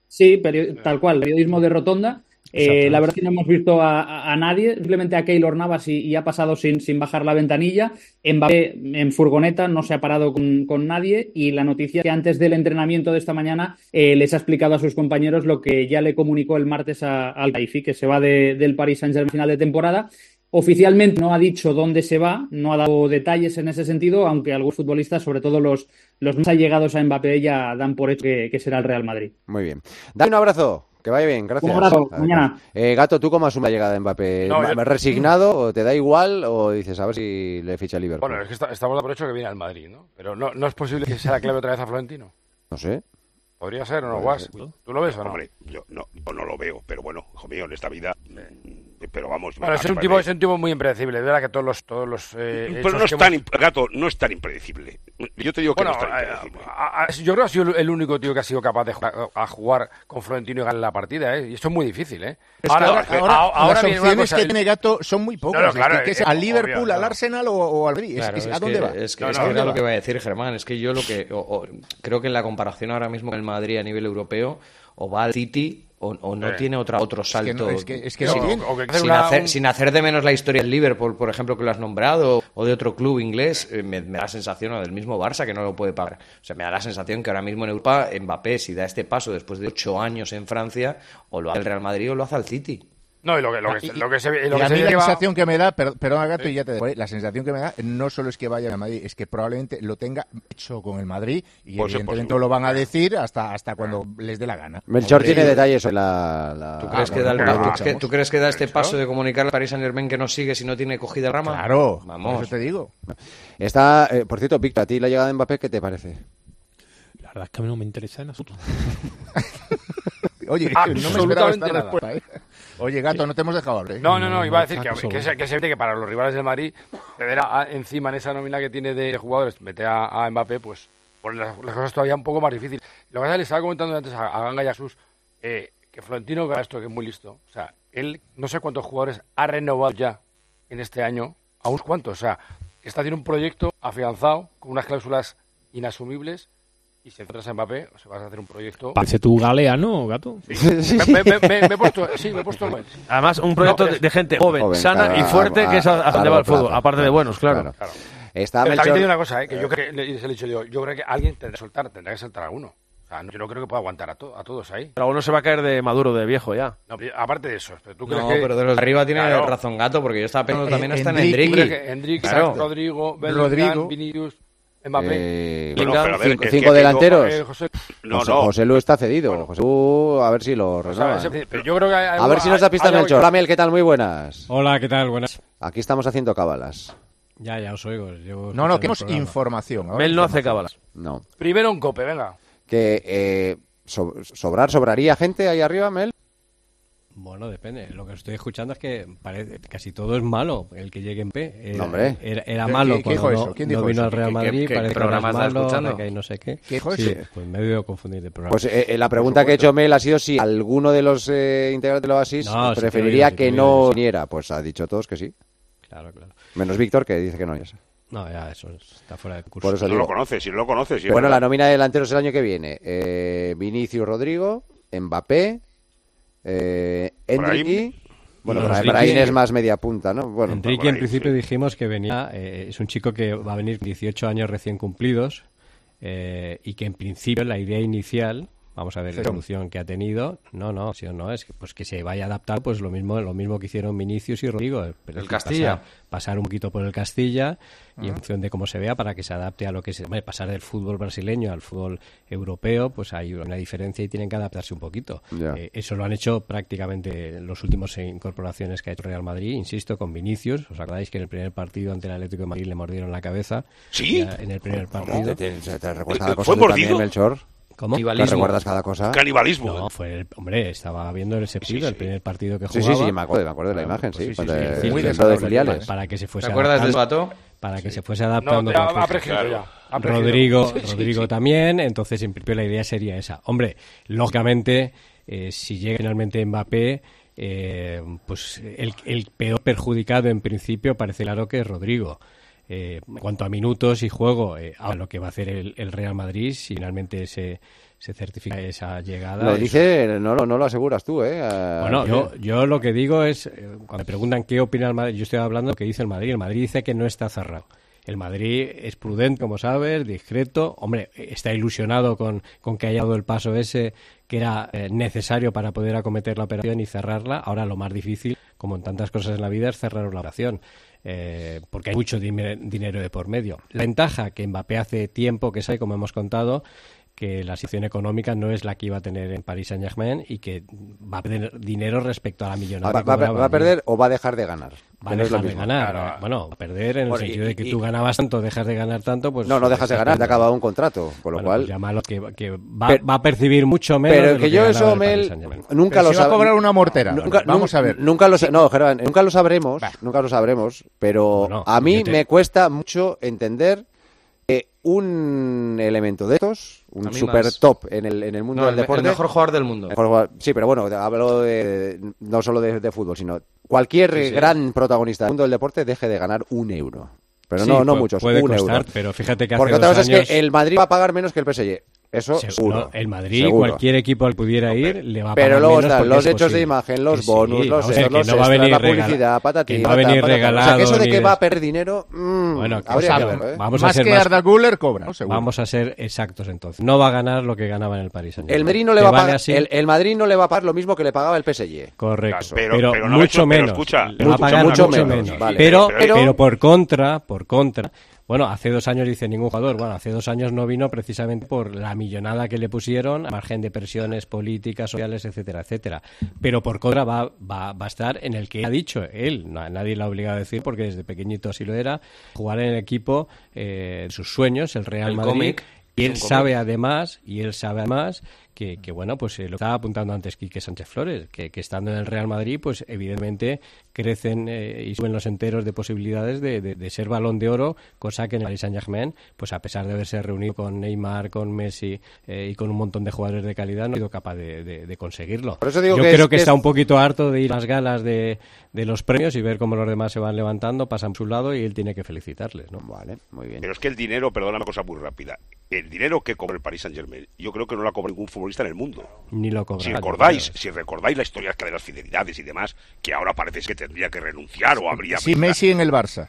Sí, peri- tal cual, periodismo de rotonda. Eh,
Exactamente.
la verdad es que no hemos visto a, a- a nadie, simplemente a Keylor Navas y, y ha pasado sin, sin bajar la ventanilla. Mbappé en furgoneta no se ha parado con, con nadie y la noticia es que antes del entrenamiento de esta mañana eh, les ha explicado a sus compañeros lo que ya le comunicó el martes a- al Caifi, que se va de- del Paris Saint-Germain final de temporada. Oficialmente no ha dicho dónde se va, no ha dado detalles en ese sentido, aunque algunos futbolistas, sobre todo los, los más allegados a Mbappé, ya dan por hecho que- que será el Real Madrid.
Muy bien. Dani, un abrazo. Que vaya bien, gracias.
Un abrazo,
A ver,
mañana.
eh, Gato, ¿tú cómo asumes la llegada de Mbappé?
No, yo-
¿Ma- ¿Resignado o te da igual o dices a ver si le ficha el Liverpool?
Bueno, es que está- estamos dando por hecho que viene al Madrid, ¿no? Pero no, no es posible que sea la clave otra vez a Florentino.
No sé.
Podría ser, ¿o ¿no,
Puede
Guas?
ser.
Pues,
¿Tú lo ves o no?
Hombre, yo no, yo no lo veo, pero bueno, hijo mío, en esta vida. eh, Pero vamos.
Bueno, es un, tipo, es un tipo muy impredecible. Es verdad que todos los... Todos los eh,
Pero
hechos
no es
que
tan
hemos-
imp- gato, no es tan impredecible. Yo te digo que
Bueno,
no es tan
a-
impredecible.
a- a- Ah, yo creo que ha sido el único tío que ha sido capaz de jugar, a jugar con Florentino y ganar la partida, ¿eh? Y esto es muy difícil, ¿eh?
Es que ahora, ahora- las
viene una
opciones
cosa,
que
el-
tiene Gato son muy pocas.
No, no,
Es que-
claro,
que es
eh,
al
obvio,
Liverpool, al
claro.
Arsenal o, o al Madrid. Es-
Claro,
es- ¿A
es
dónde
que-
va?
Es que,
No,
es que era
no, ¿a dónde
lo que
va?
iba a decir Germán. Es que yo lo que o- o- creo que en la comparación ahora mismo con el Madrid a nivel europeo, o va al City o, o no
Sí.
tiene otra, otro
que
salto.
no, es que- es que
sin,
no tiene.
O que hacer
sin
una-
hacer,
un-
sin hacer de menos la historia del Liverpool, por ejemplo, que lo has nombrado, o de otro club inglés, eh, me, me da la sensación, o del mismo Barça, que no lo puede pagar. O sea, me da la sensación que ahora mismo en Europa, Mbappé, si da este paso después de ocho años en Francia, o lo hace el Real Madrid o lo hace al City.
No, y lo que, lo que, lo que se ve-
Y
lo que
a
se
mí la
lleva-
sensación que me da, per- perdona Gato,
Sí.
y ya te dejo, ¿eh? la sensación que me da no solo es que vaya a Madrid, es que probablemente lo tenga hecho con el Madrid y
Por
evidentemente
supuesto.
lo van a decir hasta, hasta cuando les dé la gana.
Melchor
Hombre,
tiene
yo-
detalles sobre la, la-
Ah,
¿Tú crees, que da el-
la-
tú crees que- tú crees que da este paso de comunicar al Paris Saint Germain que no sigue si no tiene cogida rama?
Claro,
vamos.
eso te digo.
Está, eh, por cierto, Víctor, ¿a ti la llegada de Mbappé qué te parece?
La verdad es que a mí no me interesa en absoluto.
<laughs>
Oye, no me esperaba esta respuesta. ¿eh? Oye, Gato, no te hemos dejado hablar. ¿eh?
No, no, no, iba a decir que, que, se, que se ve que para los rivales del Madrid, tener a- a- encima en esa nómina que tiene de jugadores, meter a, a Mbappé, pues por las, las cosas todavía un poco más difíciles. Lo que pasa es que le estaba comentando antes a, a Ganga y a Sus, eh, que Florentino gana esto, que es muy listo. O sea, él no sé cuántos jugadores ha renovado ya en este año, a unos cuantos. O sea, está haciendo un proyecto afianzado con unas cláusulas inasumibles y si entras a Mbappé, o sea, vas a hacer un proyecto...
Parece tu
<laughs>
galeano, gato.
<laughs> Me, me- me- me he puesto, sí, me he puesto...
Además, un proyecto
No,
de, de gente joven,
Joven,
sana
claro,
y fuerte,
a-
que es a, a
a
donde va el
largo
fútbol,
plazo,
aparte de buenos, claro.
Está Melchor.
Pero también te digo una cosa, ¿eh? que yo creo que, le- se lo he dicho yo, yo creo que alguien tendrá que soltar, tendrá que soltar a alguno. O sea, no- yo no creo que pueda aguantar a, to- a todos ahí.
Pero uno se va a caer de maduro, de viejo ya.
No, pero aparte de eso, pero tú crees
No,
que...
pero de los de arriba tiene
Claro.
razón Gato, porque yo estaba pensando también hasta en Endrick.
Endrick, ¿tú crees que Endrick,
Claro.
Rodrigo,
Rodrigo.
Rodrigo, Vinicius, Mbappé,
Eh,
Bellingham,
bueno, pero a ver,
cinco-
cinco
cinco
delanteros.
eh, José-
José, José Lu está cedido. José Lu, a ver si lo renuevan.
¿sabes? Pero yo creo que hay-
A ver si nos da
hay-
pista
hay algo
Melchor.
que-
Hola, Mel, ¿qué tal? Muy buenas.
Hola, ¿qué tal? Buenas.
Aquí estamos haciendo cábalas.
Ya, ya os oigo. llevo
No, no,
escuchando
queremos
el programa.
información. ahora
Mel no hace
información.
cábalas.
No.
Primero un cope, venga.
Que eh, so- sobrar, sobraría gente ahí arriba, Mel.
Bueno, depende. Lo que estoy escuchando es que parece, casi todo es malo. El que llegue en P era,
No, hombre.
era, era
¿Qué-
malo
qué- qué dijo
cuando no-
eso? ¿Quién
no
dijo
vino
eso?
al Real
¿Qué-
Madando
qué- qué
parece que
programa
ahora es
estás
malo,
escuchando?
ahora que hay no sé qué.
¿Qué dijo
Sí,
eso?
Pues me veo confundir de programa.
Pues eh, eh, la pregunta que ha hecho Mel ha sido si alguno de los eh, integrantes del Oasis
No, sí te
preferiría
oigo, sí te
que
oigo,
no
sí.
viniera. Pues ha dicho todos que sí.
Claro, claro.
Menos Víctor, que dice que no. ya sé.
No, ya, eso está fuera de curso.
Por eso
no
digo.
lo conoces, si no lo conoces. sí,
Bueno,
es
la
verdad.
nómina de delanteros el año que viene. Eh, Vinicius Rodrigo, Mbappé, eh, Enrique. Bueno,
Y
para
Enrique-
Brahim es más media punta, ¿no? Bueno,
Enrique, en principio dijimos que venía, eh, es un chico que va a venir 18 años recién cumplidos eh, y que en principio la idea inicial, vamos a ver la
Cero.
evolución que ha tenido, no, no, sí o no, es que, pues que se vaya a adaptar, pues lo mismo, lo mismo que hicieron Vinicius y Rodrigo. eh, pero
El
que
Castilla.
Pasar, pasar un poquito por el Castilla y en función de cómo se vea para que se adapte a lo que se hombre, pasar del fútbol brasileño al fútbol europeo, pues hay una diferencia y tienen que adaptarse un poquito.
Ya.
Eh, eso lo han hecho prácticamente los últimos incorporaciones que ha hecho Real Madrid, insisto, con Vinicius. ¿Os acordáis que en el primer partido ante el Atlético de Madrid le mordieron la cabeza?
Sí.
Ya En el primer partido.
¿Te, te- te recuerdas cada
Eh,
cosa
¿fue
tú
mordido?
también, Melchor?
¿Cómo?
¿Te recuerdas cada cosa? Eh,
No, fue el, hombre, estaba viendo ese partido, el primer partido que
Sí,
jugaba. pues
sí, sí, me acuerdo, me acuerdo de la imagen, sí, cuando el-
Muy
el
desagradable.
de filiales.
Para que se fuese
¿Te acuerdas de
adaptando-
Bato?
Para que se fuese adaptando.
No, ya,
con-
ha pregido Claro. ya, ha pregido.
Rodrigo,
Sí, sí,
Rodrigo
sí.
también, entonces en principio la idea sería esa. Hombre, lógicamente, eh, si llega finalmente Mbappé, eh, pues el, el peor perjudicado en principio parece claro que es Rodrigo. Eh, en cuanto a minutos y juego, eh, ahora lo que va a hacer el, el Real Madrid, si finalmente se, se certifica esa llegada.
Lo
es-
dice, no, lo- no lo aseguras tú, ¿eh? Ah,
bueno,
bien.
yo, yo lo que digo es, eh, cuando me preguntan qué opina el Madrid, yo estoy hablando de lo que dice el Madrid. El Madrid dice que no está cerrado. El Madrid es prudente, como sabes, discreto. Hombre, está ilusionado con, con que haya dado el paso ese que era eh, necesario para poder acometer la operación y cerrarla. Ahora lo más difícil, como en tantas cosas en la vida, es cerrar una operación. eh, porque hay mucho dime- dinero de por medio. La ventaja que Mbappé hace tiempo que sabe, como hemos contado, que la situación económica no es la que iba a tener en París Saint Germain y que va a perder dinero respecto a la millonada.
Va,
que
va-
cobraba.
va a perder o va a dejar de ganar.
Va
Que
a
no es lo
dejar de
mismo.
ganar. Ah, Bueno, va a perder en el
Bueno, y-
sentido de que
y-
tú ganabas tanto, dejas de ganar tanto, pues...
No, no dejas de
está
ganar, te ha
perdiendo.
acabado un contrato, con lo
Bueno,
cual...
pues llámalo que, que va,
Pero-
va a percibir mucho menos. de
Pero
lo
que yo
ganaba
eso,
el Paris
Mel,
Saint-Germain.
nunca lo sab- Nunca-
vamos
nun-
a ver.
Nunca lo, sa- no, Germán, nunca lo sabremos, nunca lo sabremos, pero a mí
yo te-
me cuesta mucho entender que un elemento de estos,
A
un
mí
super
más.
top en el, en el mundo
No,
del
el me- el
deporte...
mejor jugador del mundo.
Mejor jugador- sí, pero bueno, hablo de- no solo de, de fútbol, sino cualquier
Sí, sí.
gran protagonista del mundo del deporte deje de ganar un euro. Pero
Sí,
no, no
pu-
muchos,
puede
un
costar,
euro.
pero fíjate que hace
Porque otra
dos
cosa es
años-
que el Madrid va a pagar menos que el PSG. Eso
Seguro.
seguro.
El Madrid,
seguro.
cualquier equipo al pudiera ir, le va a
Pero
pagar
luego
menos
están
porque
los
es
hechos de
posible.
imagen, los
Que sí,
bonos, los
vamos a ver,
estos,
que
los
no va a
extras,
venir
la
regala-
publicidad, patatín,
que no va a venir
patata, patata. O sea, que eso de
regalado
que
ni
va a
des-
perder dinero, mm,
Bueno, que
habría que
vamos a ver,
verlo, ¿eh?
vamos a
Más
ser
que
más-
Arda Güler cobra, ¿no? Seguro.
Vamos a ser exactos entonces. No va a ganar lo que ganaba en el Paris Saint-Germain.
El Madrid, no le va
Te
a
vale
pagar,
así.
el, el Madrid no le va a pagar lo mismo que le pagaba el PSG.
Correcto,
Claro,
pero,
pero- pero no
mucho
lo ha hecho- pero
menos.
escucha,
Le va a
mucho,
pagar
mucho
mucho,
menos,
menos.
vale.
Pero,
Pero-
pero, por contra, por contra. Bueno, hace dos años dice ningún jugador. Bueno, hace dos años no vino precisamente por la millonada que le pusieron, a margen de presiones políticas, sociales, etcétera, etcétera. Pero por contra va, va, va a estar en el que ha dicho él. Na- Nadie lo ha obligado a decir porque desde pequeñito así lo era. Jugar en el equipo eh, de sus sueños, el Real
El
Madrid.
cómic.
Y
Es
él
un cómic.
sabe además, y él sabe además que, que, bueno, pues eh, lo que estaba apuntando antes Quique Sánchez Flores, que, que estando en el Real Madrid, pues evidentemente crecen eh, y suben los enteros de posibilidades de, de- de ser balón de oro, cosa que en el Paris Saint Germain, pues a pesar de haberse reunido con Neymar, con Messi eh, y con un montón de jugadores de calidad, no ha sido capaz de, de- de conseguirlo.
Por eso digo
Yo
que es-
creo que
que
está
es-
un poquito harto de ir a las galas de, de los premios y ver cómo los demás se van levantando, pasan a su lado y él tiene que felicitarles, ¿no?
Vale, muy bien.
Pero es que el dinero, perdona una cosa muy rápida, el dinero que cobró el Paris Saint Germain, yo creo que no lo ha cobrado ningún futbolista en el mundo.
Ni lo cobra.
Si recordáis, si recordáis la historia de las fidelidades y demás, que ahora parece que tendría que renunciar o habría
Sí, Messi en el Barça.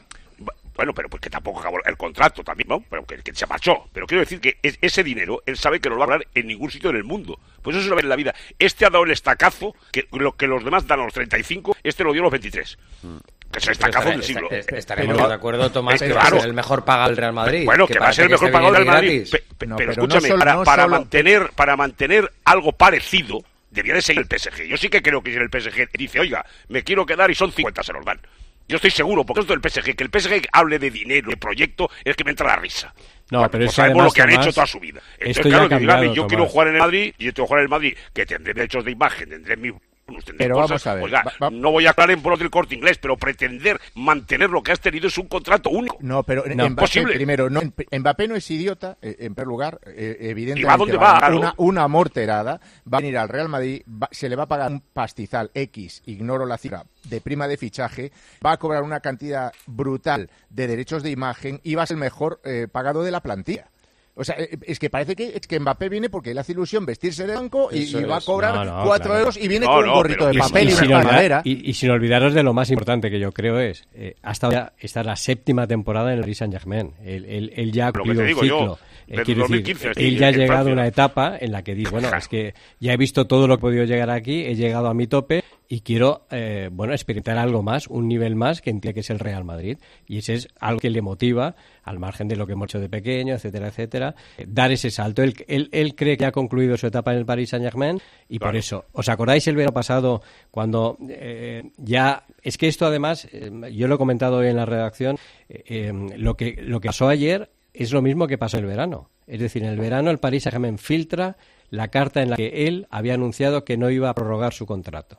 Bueno, pero pues que tampoco acabó el contrato también, ¿no? Pero que, que se marchó. Pero quiero decir que es- ese dinero él sabe que no lo va a ganar en ningún sitio en el mundo. Pues eso es una vez en la vida. Este ha dado el estacazo que lo que los demás dan a los 35, este lo dio a los 23.
Mm.
Que es el estacazo
Estaré-
del siglo.
est- est- estaremos
Pero-
de acuerdo, Tomás,
Eh,
que va a
claro.
ser el mejor pagado del Real Madrid.
Bueno, que, va a
parece
ser el
que
mejor
este
pagado del
viene
Madrid.
gratis.
Pe- pe- pero escúchame, para, para mantener, para mantener algo parecido, debía de seguir el PSG. Yo sí que creo que si el PSG dice, oiga, me quiero quedar y son 50, se los dan. Yo estoy seguro, porque esto del PSG, que el PSG hable de dinero, de proyecto, es que me entra la risa.
No, pero
Pues
es que
sabemos
además,
lo que han
Tomás,
hecho toda su vida. Entonces,
esto ya
claro,
ha
que digan,
cambiado,
yo quiero
Tomás.
jugar en el Madrid y yo tengo que jugar en el Madrid, que tendré derechos de imagen, tendré mi bonus, tendré
Pero
cosas.
vamos a ver,
Oiga, no voy a aclarar en bolos del corte inglés, pero pretender mantener lo que has tenido es un contrato único.
No, pero en-
No.
Mbappé,
Posible.
primero, no, en- Mbappé no es idiota, eh, en primer lugar, eh, evidentemente
¿Y va a dónde
a
va,
ganar
claro?
una, una morterada, va a venir al Real Madrid, va- se le va a pagar un pastizal X, ignoro la cifra, de prima de fichaje, va a cobrar una cantidad brutal de derechos de imagen y va a ser el mejor eh, pagado de la plantilla. O sea, eh, es que parece que, es que Mbappé viene porque le hace ilusión vestirse de blanco y,
Eso
y va a
es.
cobrar
No, no,
cuatro
claro.
euros y viene con un gorrito de
Y-
papel
y,
y,
sin
una
olvidar-
madera.
y- y sin olvidaros de lo más importante que yo creo es, eh, hasta ahora está la séptima temporada en el Paris Saint Germain. Él, él- él ya ha
Lo que
cumplido
te
un
digo yo,
ciclo. Eh,
desde
quiero decir,
2015 estoy
él ya ha
en
llegado a
Francia.
una etapa en la que dice, bueno, es que ya he visto todo lo que he podido llegar aquí, he llegado a mi tope y quiero, eh, bueno, experimentar algo más, un nivel más que entiende que es el Real Madrid. Y ese es algo que le motiva, al margen de lo que hemos hecho de pequeño, etcétera, etcétera, eh, dar ese salto. Él, él- él cree que ya ha concluido su etapa en el Paris Saint-Germain y por eso, ¿os acordáis el verano pasado cuando eh, ya... Es que esto además, eh, yo lo he comentado hoy en la redacción, eh, eh, lo, que, lo que pasó ayer es lo mismo que pasó en el verano. Es decir, en el verano el Paris Saint-Germain filtra la carta en la que él había anunciado que no iba a prorrogar su contrato.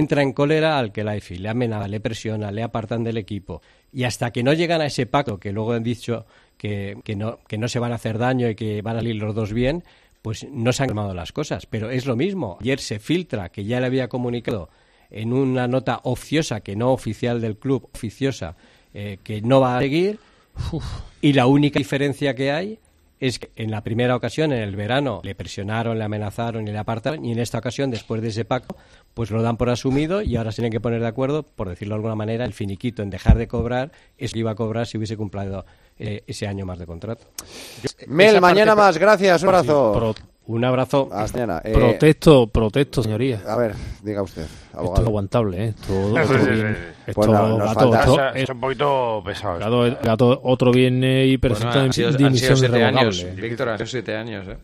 Entra en cólera al que le amenaza, le presiona, le apartan del equipo. Y hasta que no llegan a ese pacto, que luego han dicho que, que no, que no se van a hacer daño y que van a salir los dos bien, pues no se han calmado las cosas. Pero es lo mismo. Ayer se filtra que ya le había comunicado en una nota oficiosa, que no oficial del club, oficiosa, eh, que no va a seguir. Y la única diferencia que hay es que en la primera ocasión, en el verano, le presionaron, le amenazaron y le apartaron, y en esta ocasión, después de ese pacto, pues lo dan por asumido y ahora se tienen que poner de acuerdo, por decirlo de alguna manera, el finiquito en dejar de cobrar es que iba a cobrar si hubiese cumplido eh, ese año más de contrato.
Mel, mañana más, gracias, un abrazo.
Pro- Un abrazo.
Hasta mañana. <laughs> Eh,
protesto, protesto, señoría.
A ver, diga usted,
Esto es
abogado.
aguantable, ¿eh? Esto,
Sí,
otro
sí, sí.
viene-
Pues
esto,
nada, nos
gato,
falta-
esto-
Eso-
Es un poquito pesado.
gato, gato, otro viene y presenta
Bueno, han sido, han sido
dimisión
siete años,
irrevocable.
Víctor, han sido siete años. ¿eh?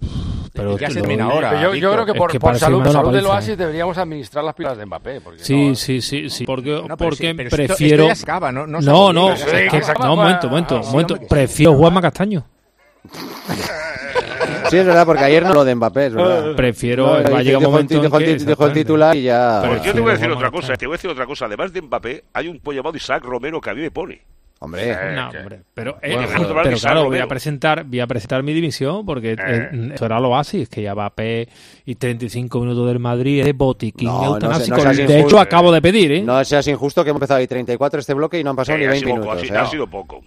Pero
Ya se
lo-
termina ahora,
Pero yo, yo creo que
Es
por, por
parece
salud,
una
salud del
paliza, ¿eh?
Oasis deberíamos administrar las pilas de Mbappé. Porque
Sí, sí, sí, sí. Porque,
No, pero
porque
sí, pero esto- esto
prefiero.
ya se acaba, ¿no? No se
no,
acaba.
no,
Sí,
es
que
que-
se acaba. Ah,
no, un momento, un momento, un momento. Prefiero Juanma Castaño.
Sí, es verdad, porque ayer no lo de Mbappé, es verdad.
Prefiero-
No,
va a
dijo-
llegar un
dijo el
momento
ti-
en
dijo el
que-
ti- dijo el
exactamente.
titular y ya.
Pues yo te voy a decir otra cosa, te voy a decir otra cosa. Además de Mbappé, hay un pollo llamado Isaac Romero que a mí me pone.
Hombre.
Eh,
No, hombre. Pero, eh,
Bueno,
eh,
joder.
pero
Isaac
claro, voy a
Romero.
presentar, voy a presentar mi división porque eh,
Eh.
eso era lo así, es que ya va a P y 35 minutos del Madrid es botiquín
No, no
eutanásico.
seas- no seas
de hecho,
injusto.
acabo de pedir, ¿eh?
No seas injusto que hemos empezado ahí 34 este bloque y no han pasado
Eh,
ni
ha
20
sido
minutos.
poco, ha
¿eh?
sido- ha sido
poco.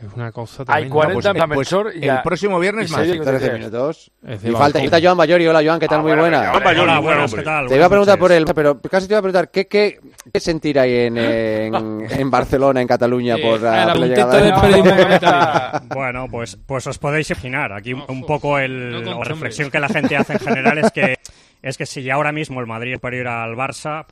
Es una cosa
Hay
tremenda.
40
Pues, eh, pues,
profesor y ya- y se oye
13
que-
minutos.
Es
Y
de
falta,
balcón.
falta Joan Bayori. Hola, Joan, ¿qué tal? Muy buena.
Joan Bayori, Hola, buenas, hombre. ¿qué tal?
Te iba a
Buenas
preguntar por él, pero casi te iba a preguntar, ¿qué, qué, qué sentir ahí en, en, en Barcelona, en Cataluña,
Eh,
por la, por
el
la
apuntito
llegada
del periodismo
de...
capitalino. <laughs> Bueno, pues, pues os podéis imaginar. Aquí un poco el, la reflexión que la gente hace en general es que es que si ahora mismo el Madrid es superior al Barça,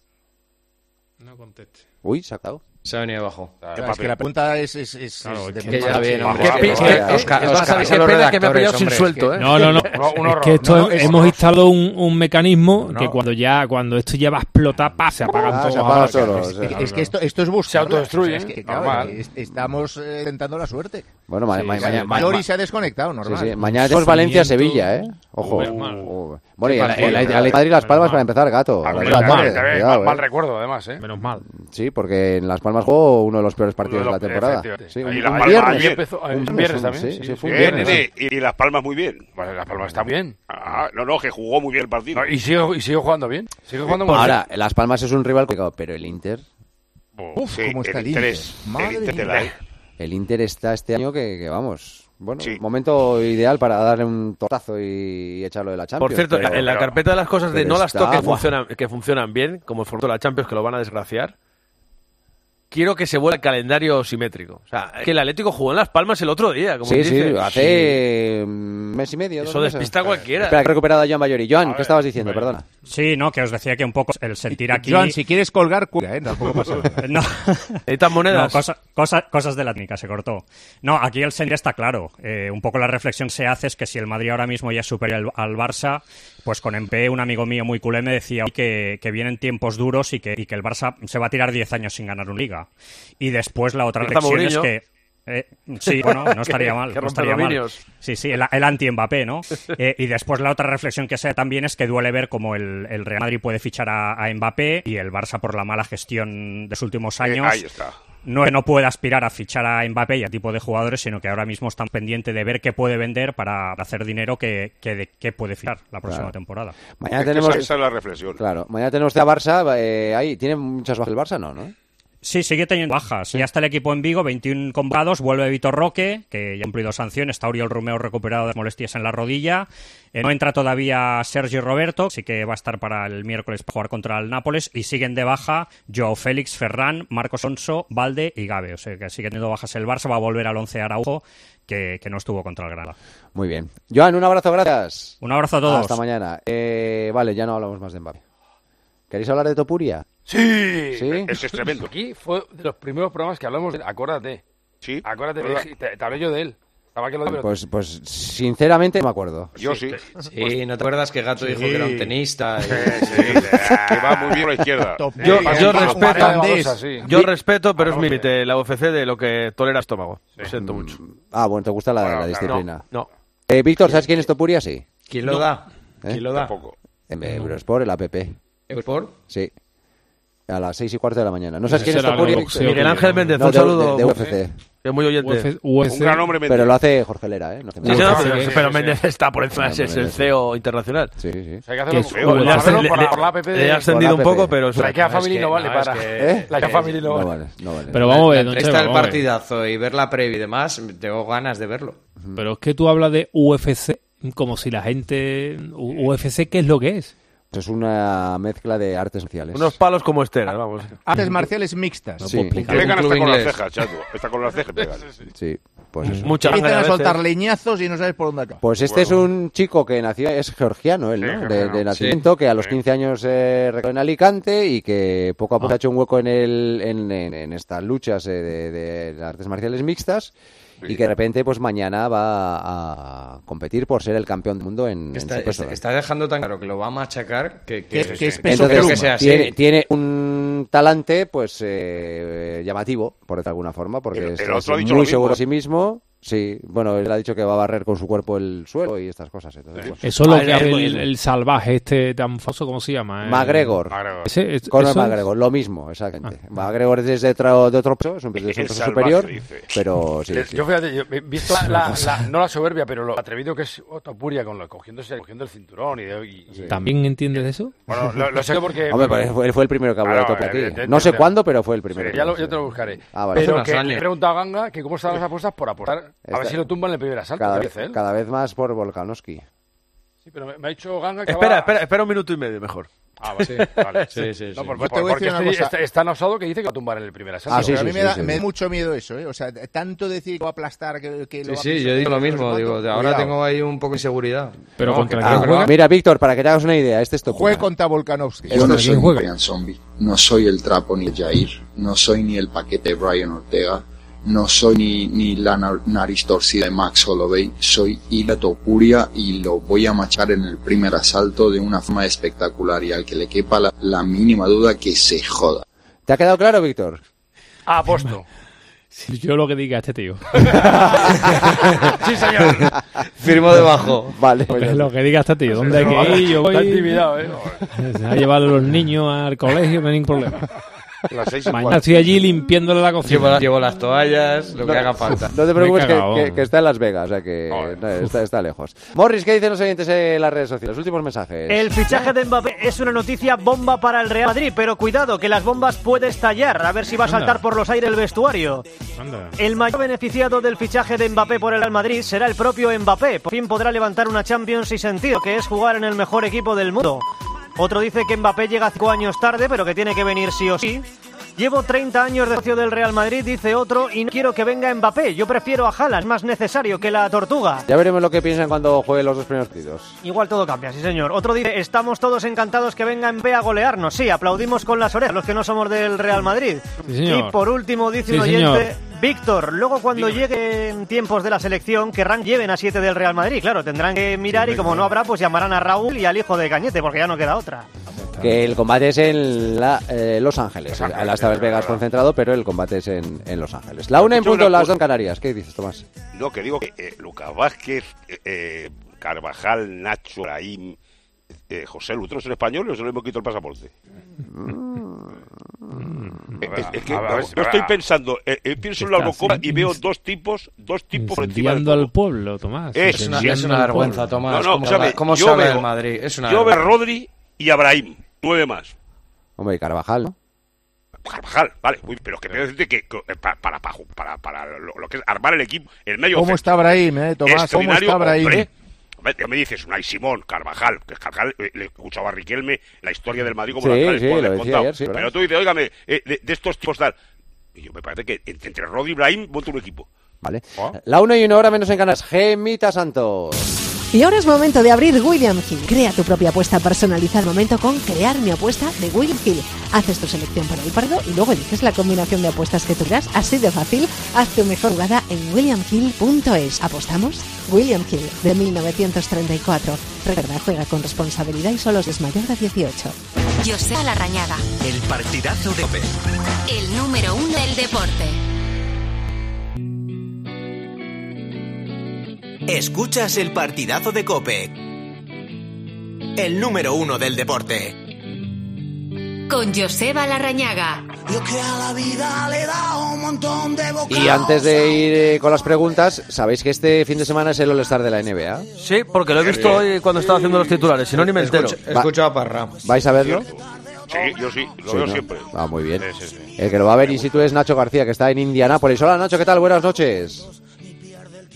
Uy, sacado.
Se ha venido abajo.
Claro, es que la pregunta es, es, es,
Claro,
es
que
mucho
ya
más-
viene,
Sí.
hombre, Qué que- pi- que- Oscar- es más, Oscar, ¿sabéis qué pena que me ha pillado sin suelto, eh?
No,
<laughs>
no, no.
Un
Es
horror.
que esto
No, es-
hemos instalado un, un mecanismo
No.
que cuando ya cuando esto ya va a explotar, pa, se apagan
Ah,
todos.
se apaga
Ah,
solo,
claro,
o sea,
claro,
es que
claro.
esto, esto es buscar.
autodestruye,
es que,
¿eh?
claro,
Normal.
es- estamos eh, tentando la suerte.
<laughs> Bueno, ma- ma- mañana... ma-
Valori
ma-
se ha desconectado,
Sí,
normal.
sí. Mañana tenemos Valencia-Sevilla, ¿eh? Ojo. Oh. Bueno, y el, el, el Atlético Madrid Las Palmas para empezar, gato. a las
Hombre,
dos de la
mal,
tarde,
también,
cuidado,
mal, mal
¿eh?
recuerdo, además, ¿eh?
Menos mal.
Sí, porque en Las Palmas jugó uno de los peores partidos de
Uno
la
de los-
temporada.
efectivamente.
Sí, un,
Y Las
un
Palmas
viernes.
ayer empezó-
Un
eh,
viernes,
viernes
un-
también,
Sí,
sí,
sí,
sí,
fue un
sí.
Eh,
viernes.
nene, y, y Las Palmas muy bien.
Las Palmas está bien.
Ah, no, no, que jugó muy bien el partido.
Y sigo, y sigo jugando bien. Sigo jugando muy
Ahora, Las Palmas es un rival complicado, pero el Inter...
Uf, Sí, cómo está el el Inter. tres, el Madre Inter de la mía. E.
El Inter está este año que, que vamos. Bueno, momento ideal para darle un tortazo y, echarlo de la Champions.
Por cierto,
pero-
en la carpeta de las cosas de
pero
no las
está-
toques
buah.
funcionan, que funcionan bien, como el formato de la Champions que lo van a desgraciar, quiero que se vuelva el calendario simétrico. O sea, que el Atlético jugó en Las Palmas el otro día, como
Sí, sí,
dices.
hace un mes y medio.
Eso
dos meses.
despista a cualquiera.
Espera, que he recuperado a Joan Mayori. Joan, ¿qué estabas diciendo? Perdona.
sí, no, que os decía que un poco el sentir aquí.
Joan, si quieres colgar, cuida, ¿eh? Tampoco
<laughs>
pasa nada.
No.
Necesitas monedas.
No, cosa- cosa- cosas de la técnica, se cortó. No, aquí el sentir está claro. Eh, un poco la reflexión que se hace es que si el Madrid ahora mismo ya supera al, al Barça, pues con Mbappé, un amigo mío muy culé me decía hoy que, que vienen tiempos duros y que, y que el Barça se va a tirar 10 años sin ganar una liga. Y después la otra
Empieza
reflexión es
Mourinho.
que. eh, sí,
<laughs>
bueno, no estaría
Que-
mal.
que
no
rompe
estaría mal.
dominios.
Sí, sí, el, el
<laughs>
anti-Mbappé, ¿no? Eh, y después la otra reflexión que sea también es que duele ver cómo el, el Real Madrid puede fichar a, a Mbappé y el Barça por la mala gestión de los últimos años
Eh, ahí está.
no, no puede aspirar a fichar a Mbappé y a tipo de jugadores, sino que ahora mismo están pendientes de ver qué puede vender para hacer dinero que, que de qué puede fichar la próxima
Claro.
temporada.
Mañana
Es que
tenemos.
esa- esa es la reflexión.
Claro, mañana tenemos a Barça. eh, ahí, ¿tiene muchas bajas el Barça? No, ¿no?
Sí, sigue teniendo bajas. Ya está el equipo en Vigo, 21 convocados. Vuelve Vitor Roque, que ya ha cumplido sanción. Está Oriol Romeo recuperado de las molestias en la rodilla. Eh, no entra todavía Sergio Roberto, sí que va a estar para el miércoles para jugar contra el Nápoles. Y siguen de baja Joao Félix, Ferran, Marcos Onso, Valde y Gabe. O sea que sigue teniendo bajas el Barça. Va a volver al 11 Araujo, que, que no estuvo contra el Granada.
Muy bien. Joan, un abrazo, gracias.
Un abrazo a todos.
Hasta mañana. Eh, vale, ya no hablamos más de Mbappé. ¿Queréis hablar de Topuria?
Sí,
Sí.
Eso es tremendo. Aquí fue de los primeros programas que hablamos de él, acuérdate.
Sí.
Acuérdate,
¿Verdad?
te, te hablé yo de él. Estaba
Ah,
que lo pero-
Pues, pues sinceramente no me acuerdo.
Yo sí.
Sí, ¿no te acuerdas que Gato dijo
Sí.
que era un tenista?
Sí, sí. Que va muy bien por la izquierda.
Yo,
Sí,
yo
un
respeto,
holandés.
yo respeto, pero es mi límite la UFC de lo que tolera estómago. Lo siento mucho.
Ah, bueno, te gusta la, la
claro.
disciplina.
No, no.
Eh, Víctor, ¿sabes quién es Topuria? Sí.
¿Quién lo
No.
da?
¿Eh?
¿Quién lo da?
En Eurosport, el app.
¿Eurosport?
Sí. A las seis y cuarto de la mañana. Pues
Pues
¿No sabes quién es
Será
Topuria?
algo
Víctor?
boxeo, Miguel Ángel Méndez,
No,
un
de-
saludo.
De, de UFC.
Que es muy oyente.
UFC. UFC. Un gran hombre, Méndez.
Pero lo hace Jorge Lera, ¿eh? No te
Sí, sí, no,
metas.
pero- pero Méndez está por encima, es el
Méndez, sí.
CEO internacional.
Sí, sí.
hay que hacerlo
Que
con-
es-
con-
le ha-
hacerlo
le-
por la- por la
le-
APP.
le ha ascendido un poco, pero...
La IKEA Family
es que-
no vale
no,
para.
es que- ¿Eh?
La IKEA
Eh,
Family no
no
vale.
vale.
Pero vamos a ver, don Chema,
Está el
vamos a ver.
partidazo y ver la previa y demás, tengo ganas de verlo.
Pero es que tú hablas de UFC como si la gente... U- UFC, ¿qué es lo que es?
Eso es una mezcla de artes marciales.
Unos palos como esteras, vamos.
Artes marciales mixtas.
Sí.
Pegan hasta con las cejas, chato. Está con las cejas. pegan.
Sí. Pues eso.
Muchas
Empiezan a
veces.
soltar leñazos y no sabes por dónde acaba.
Pues este es un chico que nació, es georgiano él, ¿no? De, de nacimiento, que a los 15 años eh, recaló en Alicante y que poco a poco ha hecho un hueco en, el, en, en- en estas luchas eh, de, de las artes marciales mixtas y que de repente pues mañana va a competir por ser el campeón del mundo en, en
Está,
su peso.
está- está dejando tan claro que lo va a machacar que, que,
Sí, sí.
creo
Entonces,
que sea así.
tiene, tiene un talante pues eh, llamativo, por decirlo de alguna forma, porque es,
el otro
es
ha
muy
dicho lo mismo.
seguro de sí mismo. Sí, bueno, él ha dicho que va a barrer con su cuerpo el suelo y estas cosas. entonces, bueno. Eh,
Eso es lo que hace Ah, el, el salvaje, este tan famoso, ¿cómo se llama? El-
McGregor.
Ese- es-
Conor
eso es- Ah.
McGregor, lo mismo, exactamente. McGregor es de otro, de otro peso,
<laughs>
es un peso, es un
El
peso
salvaje,
superior,
dice.
pero sí.
Eh,
sí.
Yo fíjate, yo he visto la-
Es
la-
<laughs> una cosa.
la- no la soberbia, pero lo atrevido que es Otopuria con lo, cogiéndose, cogiendo el cinturón y, de- y- y-
¿También entiendes eso?
Bueno, lo, lo sé porque...
Hombre, pero él fue- él fue el primero que abrió
Claro,
la tope
evidente,
aquí. No sé
evidente.
cuándo, pero fue el primero.
Sí, ya
que
lo-
abrió.
yo te lo buscaré.
Ah, vale.
Pero que le pregunta a Ganga que cómo están las apuestas por apostar. A ver
Está-
si lo tumban en el primer
Este-
asalto.
cada,
¿qué
vez,
¿eh?
dice él?
cada vez más por Volkanovski.
Sí, pero me, me ha dicho Ganga que
Espera,
va-
espera, espera un minuto y medio mejor.
Ah, vale, vale.
Sí, sí,
No,
sí.
por-
Yo te
por-
voy a
porque
decir una
estoy-
cosa. Ah,
está, es tan osado que dice que va a tumbar en el primer asalto.
Pero a mí me, da, me da mucho miedo eso, ¿eh? O sea, tanto decir que va a aplastar, que, que lo
Sí,
va a
sí,
pisar,
yo digo lo
no sé
mismo.
cuánto.
Digo, ahora
Cuidado.
tengo ahí un poco de inseguridad.
Pero
Vamos,
contra
que-
quién
ah,
juega?
Mira, Víctor, para que te hagas una idea, este es tu
Juegue contra Volkanovski.
Yo no soy Brian Zombie, no soy el trapo ni Jair, no soy ni el paquete de Brian Ortega, no soy ni, ni la nar- nariz torcida de Max Holloway, soy Ila Topuria y lo voy a machar en el primer asalto de una forma espectacular y al que le quepa la, la mínima duda que se joda.
¿Te ha quedado claro, Víctor?
Ah, Aposto.
Si yo lo que diga este tío.
sí, señor.
Firmo debajo.
Vale.
Pues lo que diga este tío. ¿Dónde hay que ir? Yo voy.
Está intimidado, ¿eh?
Se va a llevar a los niños al colegio, no hay ningún problema.
Las seis y
Mañana
cuarto.
estoy allí limpiándole la cocina.
Llevo, la- llevo las toallas, lo que haga falta.
No te preocupes, que, que- que está en Las Vegas, o sea que no, está, está lejos. Morris, ¿qué dicen los oyentes en las redes sociales? Últimos mensajes.
El fichaje de Mbappé es una noticia bomba para el Real Madrid, pero cuidado que las bombas puede estallar, a ver si va a
Anda.
saltar por los aires el vestuario.
Anda.
El mayor beneficiado del fichaje de Mbappé por el Real Madrid será el propio Mbappé. Por fin podrá levantar una Champions y sentido, que es jugar en el mejor equipo del mundo. Otro dice que Mbappé llega cinco años tarde, pero que tiene que venir sí o sí. Llevo 30 años de socio del Real Madrid, dice otro, y no quiero que venga Mbappé. Yo prefiero a Jala, es más necesario que la tortuga.
Ya veremos lo que piensan cuando jueguen los dos primeros partidos.
Igual todo cambia, sí señor. Otro dice, estamos todos encantados que venga Mbappé a golearnos. Sí, aplaudimos con las orejas los que no somos del Real Madrid.
Sí, señor.
Y por último dice
Sí,
un oyente,
señor.
Víctor, luego cuando lleguen tiempos de la selección querrán lleven a siete del Real Madrid. Claro, tendrán que mirar y como no habrá, pues llamarán a Raúl y al hijo de Cañete, porque ya no queda otra.
Que el combate es en la- eh, Los Ángeles. Ahora está Las Vegas concentrado, pero el combate es en, en Los Ángeles. La una en
Yo
punto,
una
las
cosa-
dos en Canarias. ¿Qué dices, Tomás?
No, que digo que eh, Lucas Vázquez, eh, eh, Carvajal, Nacho, Raim, eh, José Lutro son españoles o le hemos quitado el pasaporte. Eh, Es, es que
Mm. A ver, a ver
no,
si-
no estoy pensando, eh, eh, pienso en la
Está
Eurocopa y
haciendo-
veo dos tipos, dos tipos por encima del
Incendiando al pueblo, Tomás.
Es
una-
Incendiando
es una
al
vergüenza,
pueblo.
Tomás. ¿Cómo sabe- cómo
yo
sabe el Madrid? Es una
yo veo a
vergüenza.
Rodri y a Brahim, nueve más.
Hombre, y Carvajal, ¿no?
Carvajal, vale. Uy, pero que quiero decirte que que, eh, pa- para, para, para, para lo, lo que es armar el equipo, el medio
¿Cómo
centro,
está Brahim, eh, Tomás? ¿Cómo
extraordinario,
está Brahim?
hombre. Hombre, Ya me dices, Unai Simón, Carvajal, que Carvajal eh, le escuchaba a Riquelme la historia del Madrid como
Sí,
la
sí, lo decía ayer, sí,
Pero
¿verdad?
tú dices, óigame, eh, de, de estos tipos tal. Y yo me parece que entre, entre Rodri y Ibrahim monta un equipo.
Vale. La una y una hora menos en Canarias. Gemita Santos.
Y ahora es momento de abrir William Hill. Crea tu propia apuesta personalizada. Momento con Crear mi apuesta de William Hill. Haces tu selección para el pardo y luego eliges la combinación de apuestas que tú quieras. Así de fácil. Haz tu mejor jugada en williamhill.es. ¿Apostamos? William Hill, de 1934. Recuerda, juega con responsabilidad y solo si es mayor de 18.
José Larrañaga,
El partidazo de Cope.
el número uno del deporte.
Escuchas el partidazo de Cope. El número uno del deporte.
Con Joseba Larrañaga.
Y antes de ir eh, con las preguntas, sabéis que este fin de semana es el All-Star de la NBA.
Sí, porque lo he visto hoy cuando estaba haciendo los titulares, si no ni me entero.
Escucha- he escuchado
a Parra.
¿Vais a verlo?
Sí, yo sí, lo
Sí,
veo
¿no?
siempre.
Ah, muy bien.
Sí, sí, sí.
El que lo va a ver in situ es Nacho García, que está en Indianápolis. Hola, Nacho, ¿qué tal? Buenas noches.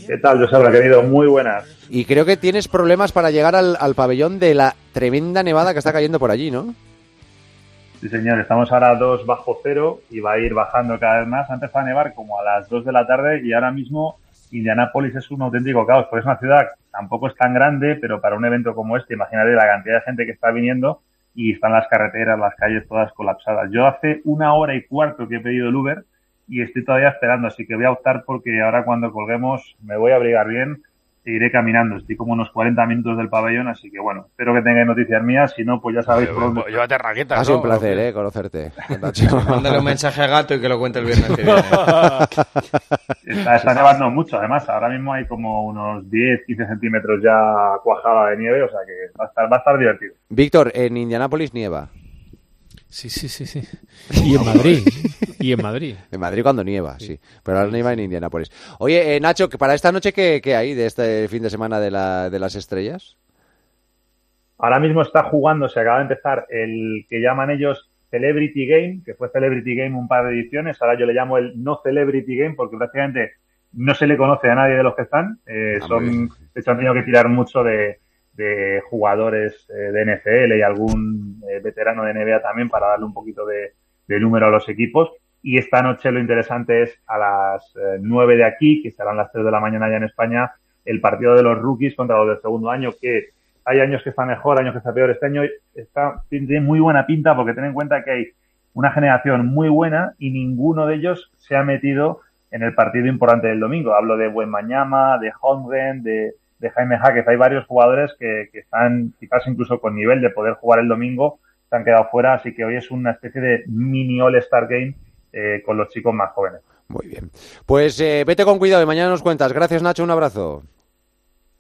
¿Qué tal, Joseba, querido? Muy buenas.
Y creo que tienes problemas para llegar al, al pabellón de la tremenda nevada que está cayendo por allí, ¿no?
Sí, señor, estamos ahora a 2 bajo cero y va a ir bajando cada vez más. Ha empezado a nevar como a las 2 de la tarde y ahora mismo Indianápolis es un auténtico caos, porque es una ciudad que tampoco es tan grande, pero para un evento como este, imagínate la cantidad de gente que está viniendo y están las carreteras, las calles todas colapsadas. Yo hace una hora y cuarto que he pedido el Uber y estoy todavía esperando, así que voy a optar porque ahora cuando colguemos me voy a abrigar bien e iré caminando. Estoy como unos 40 minutos del pabellón, así que bueno, espero que tengáis noticias mías, si no, pues ya sabéis por dónde.
Llévate raquetas.
Ha
¿no?
sido un placer, eh, conocerte. <laughs>
Mándale un mensaje a Gato y que lo cuente el viernes que viene.
<laughs> Está, está nevando mucho, además. Ahora mismo hay como unos 10, 15 centímetros ya cuajada de nieve, o sea que va a estar, va a estar divertido.
Víctor, en Indianápolis nieva.
Sí, sí, sí, sí. Y
<laughs>
en Madrid. y en Madrid.
En Madrid cuando nieva, sí. Pero ahora nieva en Indianápolis. Oye, eh, Nacho, que para esta noche, ¿qué, qué hay de este fin de semana de, la- de las estrellas?
Ahora mismo está jugando, se acaba de empezar el que llaman ellos Celebrity Game, que fue Celebrity Game un par de ediciones. Ahora yo le llamo el no Celebrity Game porque prácticamente no se le conoce a nadie de los que están. Eh,
Ah, muy
son,
bien.
de hecho, han tenido que tirar mucho de, de jugadores eh, de NFL y algún eh, veterano de NBA también para darle un poquito de, de número a los equipos. Y esta noche lo interesante es a las eh, 9 de aquí, que serán las 3 de la mañana ya en España, el partido de los rookies contra los del segundo año, que hay años que está mejor, años que está peor. Este año está, tiene muy buena pinta porque ten en cuenta que hay una generación muy buena y ninguno de ellos se ha metido en el partido importante del domingo. Hablo de Buen Mañana, de Holmgren, de, de Jaime Jaquez. Hay varios jugadores que, que están quizás incluso con nivel de poder jugar el domingo, se han quedado fuera, así que hoy es una especie de mini All-Star Game eh, con los chicos más jóvenes.
Muy bien. Pues eh, vete con cuidado y mañana nos cuentas. Gracias, Nacho. Un abrazo.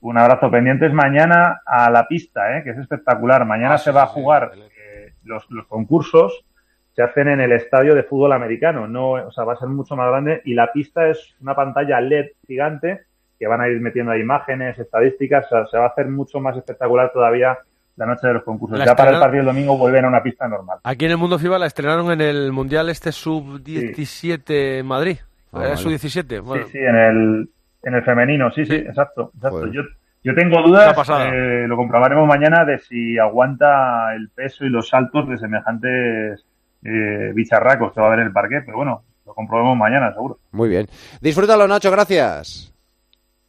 Un abrazo pendientes mañana a la pista, ¿eh? que es espectacular. Mañana se va a jugar eh, los, los concursos, se hacen en el estadio de fútbol americano, no, o sea, va a ser mucho más grande y la pista es una pantalla LED gigante que van a ir metiendo ahí imágenes, estadísticas, o sea, se va a hacer mucho más espectacular todavía la noche de los concursos.
La
ya para el
estrenada-
partido del domingo vuelven a una pista normal.
Aquí en el mundo FIBA la estrenaron en el Mundial este sub-17 en Madrid.
Ah,
Era
vale.
sub-17. Bueno.
Sí, sí, en el, en el femenino, sí, sí, exacto. exacto.
Joder.
Yo, yo tengo
Una
dudas,
pasada.
eh, lo comprobaremos mañana, de si aguanta el peso y los saltos de semejantes eh, bicharracos que va a haber en el parque, pero bueno, lo comprobemos mañana, seguro.
Muy bien. Disfrútalo, Nacho. Gracias.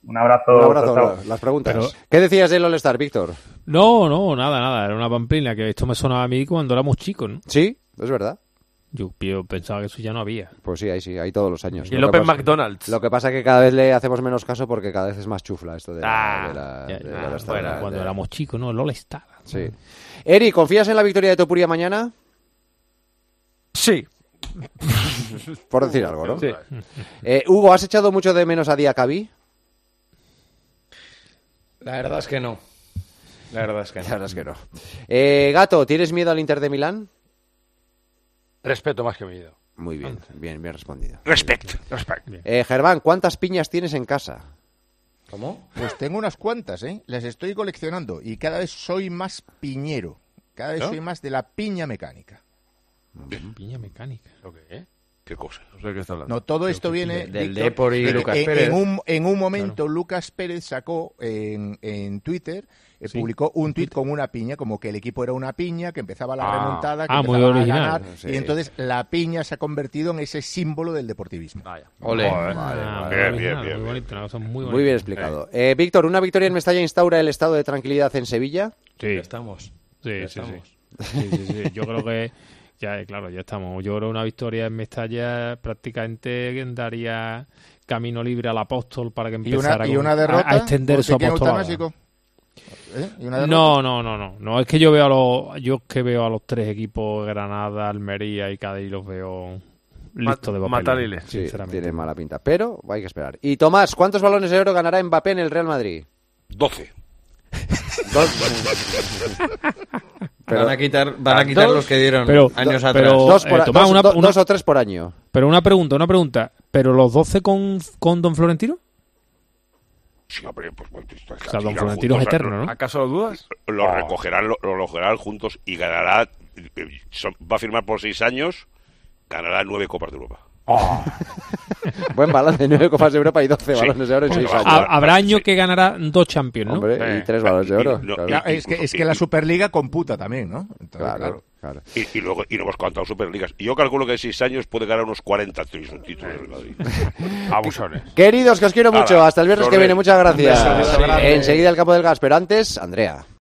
Un abrazo.
Un abrazo.
chao, chao.
Las preguntas.
Pero-
¿Qué decías del All-Star, Víctor?
No, no, nada, nada. Era una pamplina que esto me sonaba a mí cuando éramos chicos, ¿no?
Sí, es verdad.
Yo, yo pensaba que eso ya no había.
Pues sí, ahí sí, ahí todos los años.
Y
Pues
el
Lo que
Open
pasa-
McDonald's.
Lo que pasa es que cada vez le hacemos menos caso porque cada vez es más chufla esto de la. de la-
Ah, Ya,
de
ya,
la All-Star,
bueno,
de la-
cuando
de-
éramos chicos, ¿no? El All-Star.
Sí. Eri, ¿confías en la victoria de Topuria mañana?
Sí.
<laughs> Por decir algo, ¿no?
Sí.
Eh, Hugo, ¿has echado mucho de menos a Diacabí?
La verdad es que no. La verdad es que no.
La verdad es que no. Eh, Gato, ¿tienes miedo al Inter de Milán?
Respeto más que miedo.
Muy bien, bien, bien respondido.
Respect, respect.
Eh, Germán, ¿cuántas piñas tienes en casa?
¿Cómo?
Pues tengo unas cuantas, ¿eh? Las estoy coleccionando y cada vez soy más piñero. Cada vez
¿No?
soy más de la piña mecánica.
Piña mecánica.
¿Lo que es?
¿Qué cosa?
No sé de qué está hablando.
No, todo esto viene
del
Víctor,
Depor y
de que
Lucas
en,
Pérez.
En un, en un momento, Lucas Pérez sacó en, en Twitter, eh,
Sí.
publicó un tuit con una piña, como que el equipo era una piña, que empezaba la
Ah.
remontada, que
Ah, muy
empezaba a
original.
ganar,
Sí.
y entonces la piña se ha convertido en ese símbolo del deportivismo.
Ole.
Joder,
Ah,
madre,
muy
madre.
original, muy bonito, una cosa muy
Muy
bonita.
bien explicado. Eh, Víctor, ¿una victoria en Mestalla instaura el estado de tranquilidad en Sevilla?
Sí.
estamos.
Sí,
Ya
sí,
estamos.
sí. Sí, sí, sí. Yo creo que ya, eh, claro, ya estamos. Yo creo que una victoria en Mestalla prácticamente daría camino libre al apóstol para que
Y una,
empezara
y
con-
una
a-
derrota.
a, extender
¿Por
su
qué quién
apostolado.
eutanásico? ¿Eh? ¿Y una derrota?
No, no, no, no, no. Es que yo veo a los, yo es que veo a los tres equipos, Granada, Almería y Cádiz, los veo listos de papel.
matariles.
Sí,
sinceramente.
tiene mala pinta, pero hay que esperar. Y Tomás, ¿cuántos balones de oro ganará Mbappé en el Real Madrid? <laughs>
12.
<laughs>
Pero-
van a quitar, van a quitar
Dos,
los que dieron
pero-
años
do-
atrás.
pero-
Dos, por
Eh,
a-
Tomás,
dos-
una-
do-
una- <laughs>
dos <laughs> o tres por año.
Pero una pregunta, una pregunta. ¿Pero los 12 con, con Don Florentino?
Sí, hombre, pues bueno, esto es
O sea, Don
así,
Florentino es
juntos,
eterno, ¿no?
¿Acaso lo dudas?
Lo
Ah.
recogerán, lo, lo recogerán juntos y ganará. eh, son- Va a firmar por seis años, ganará nueve Copas de Europa.
Buen balance, 9 Copas de Europa y 12 balones de oro en 6 años.
Ha- Habrá año que ganará dos Champions, ¿no? eh,
Hombre, y 3 balones de oro. claro.
Claro, es, que, es que la Superliga computa también, ¿no? Entonces,
Claro,
Y, y luego, y no hemos contado Superligas. Y yo calculo que en seis años puede ganar unos 40 tri- títulos del Madrid.
<laughs>
Abusones.
Queridos, que os quiero mucho.
Nada,
Hasta el viernes que
sobre-
viene. Muchas
Un beso,
gracias.
un beso grande.
Enseguida el campo del gas. Pero antes, Andrea.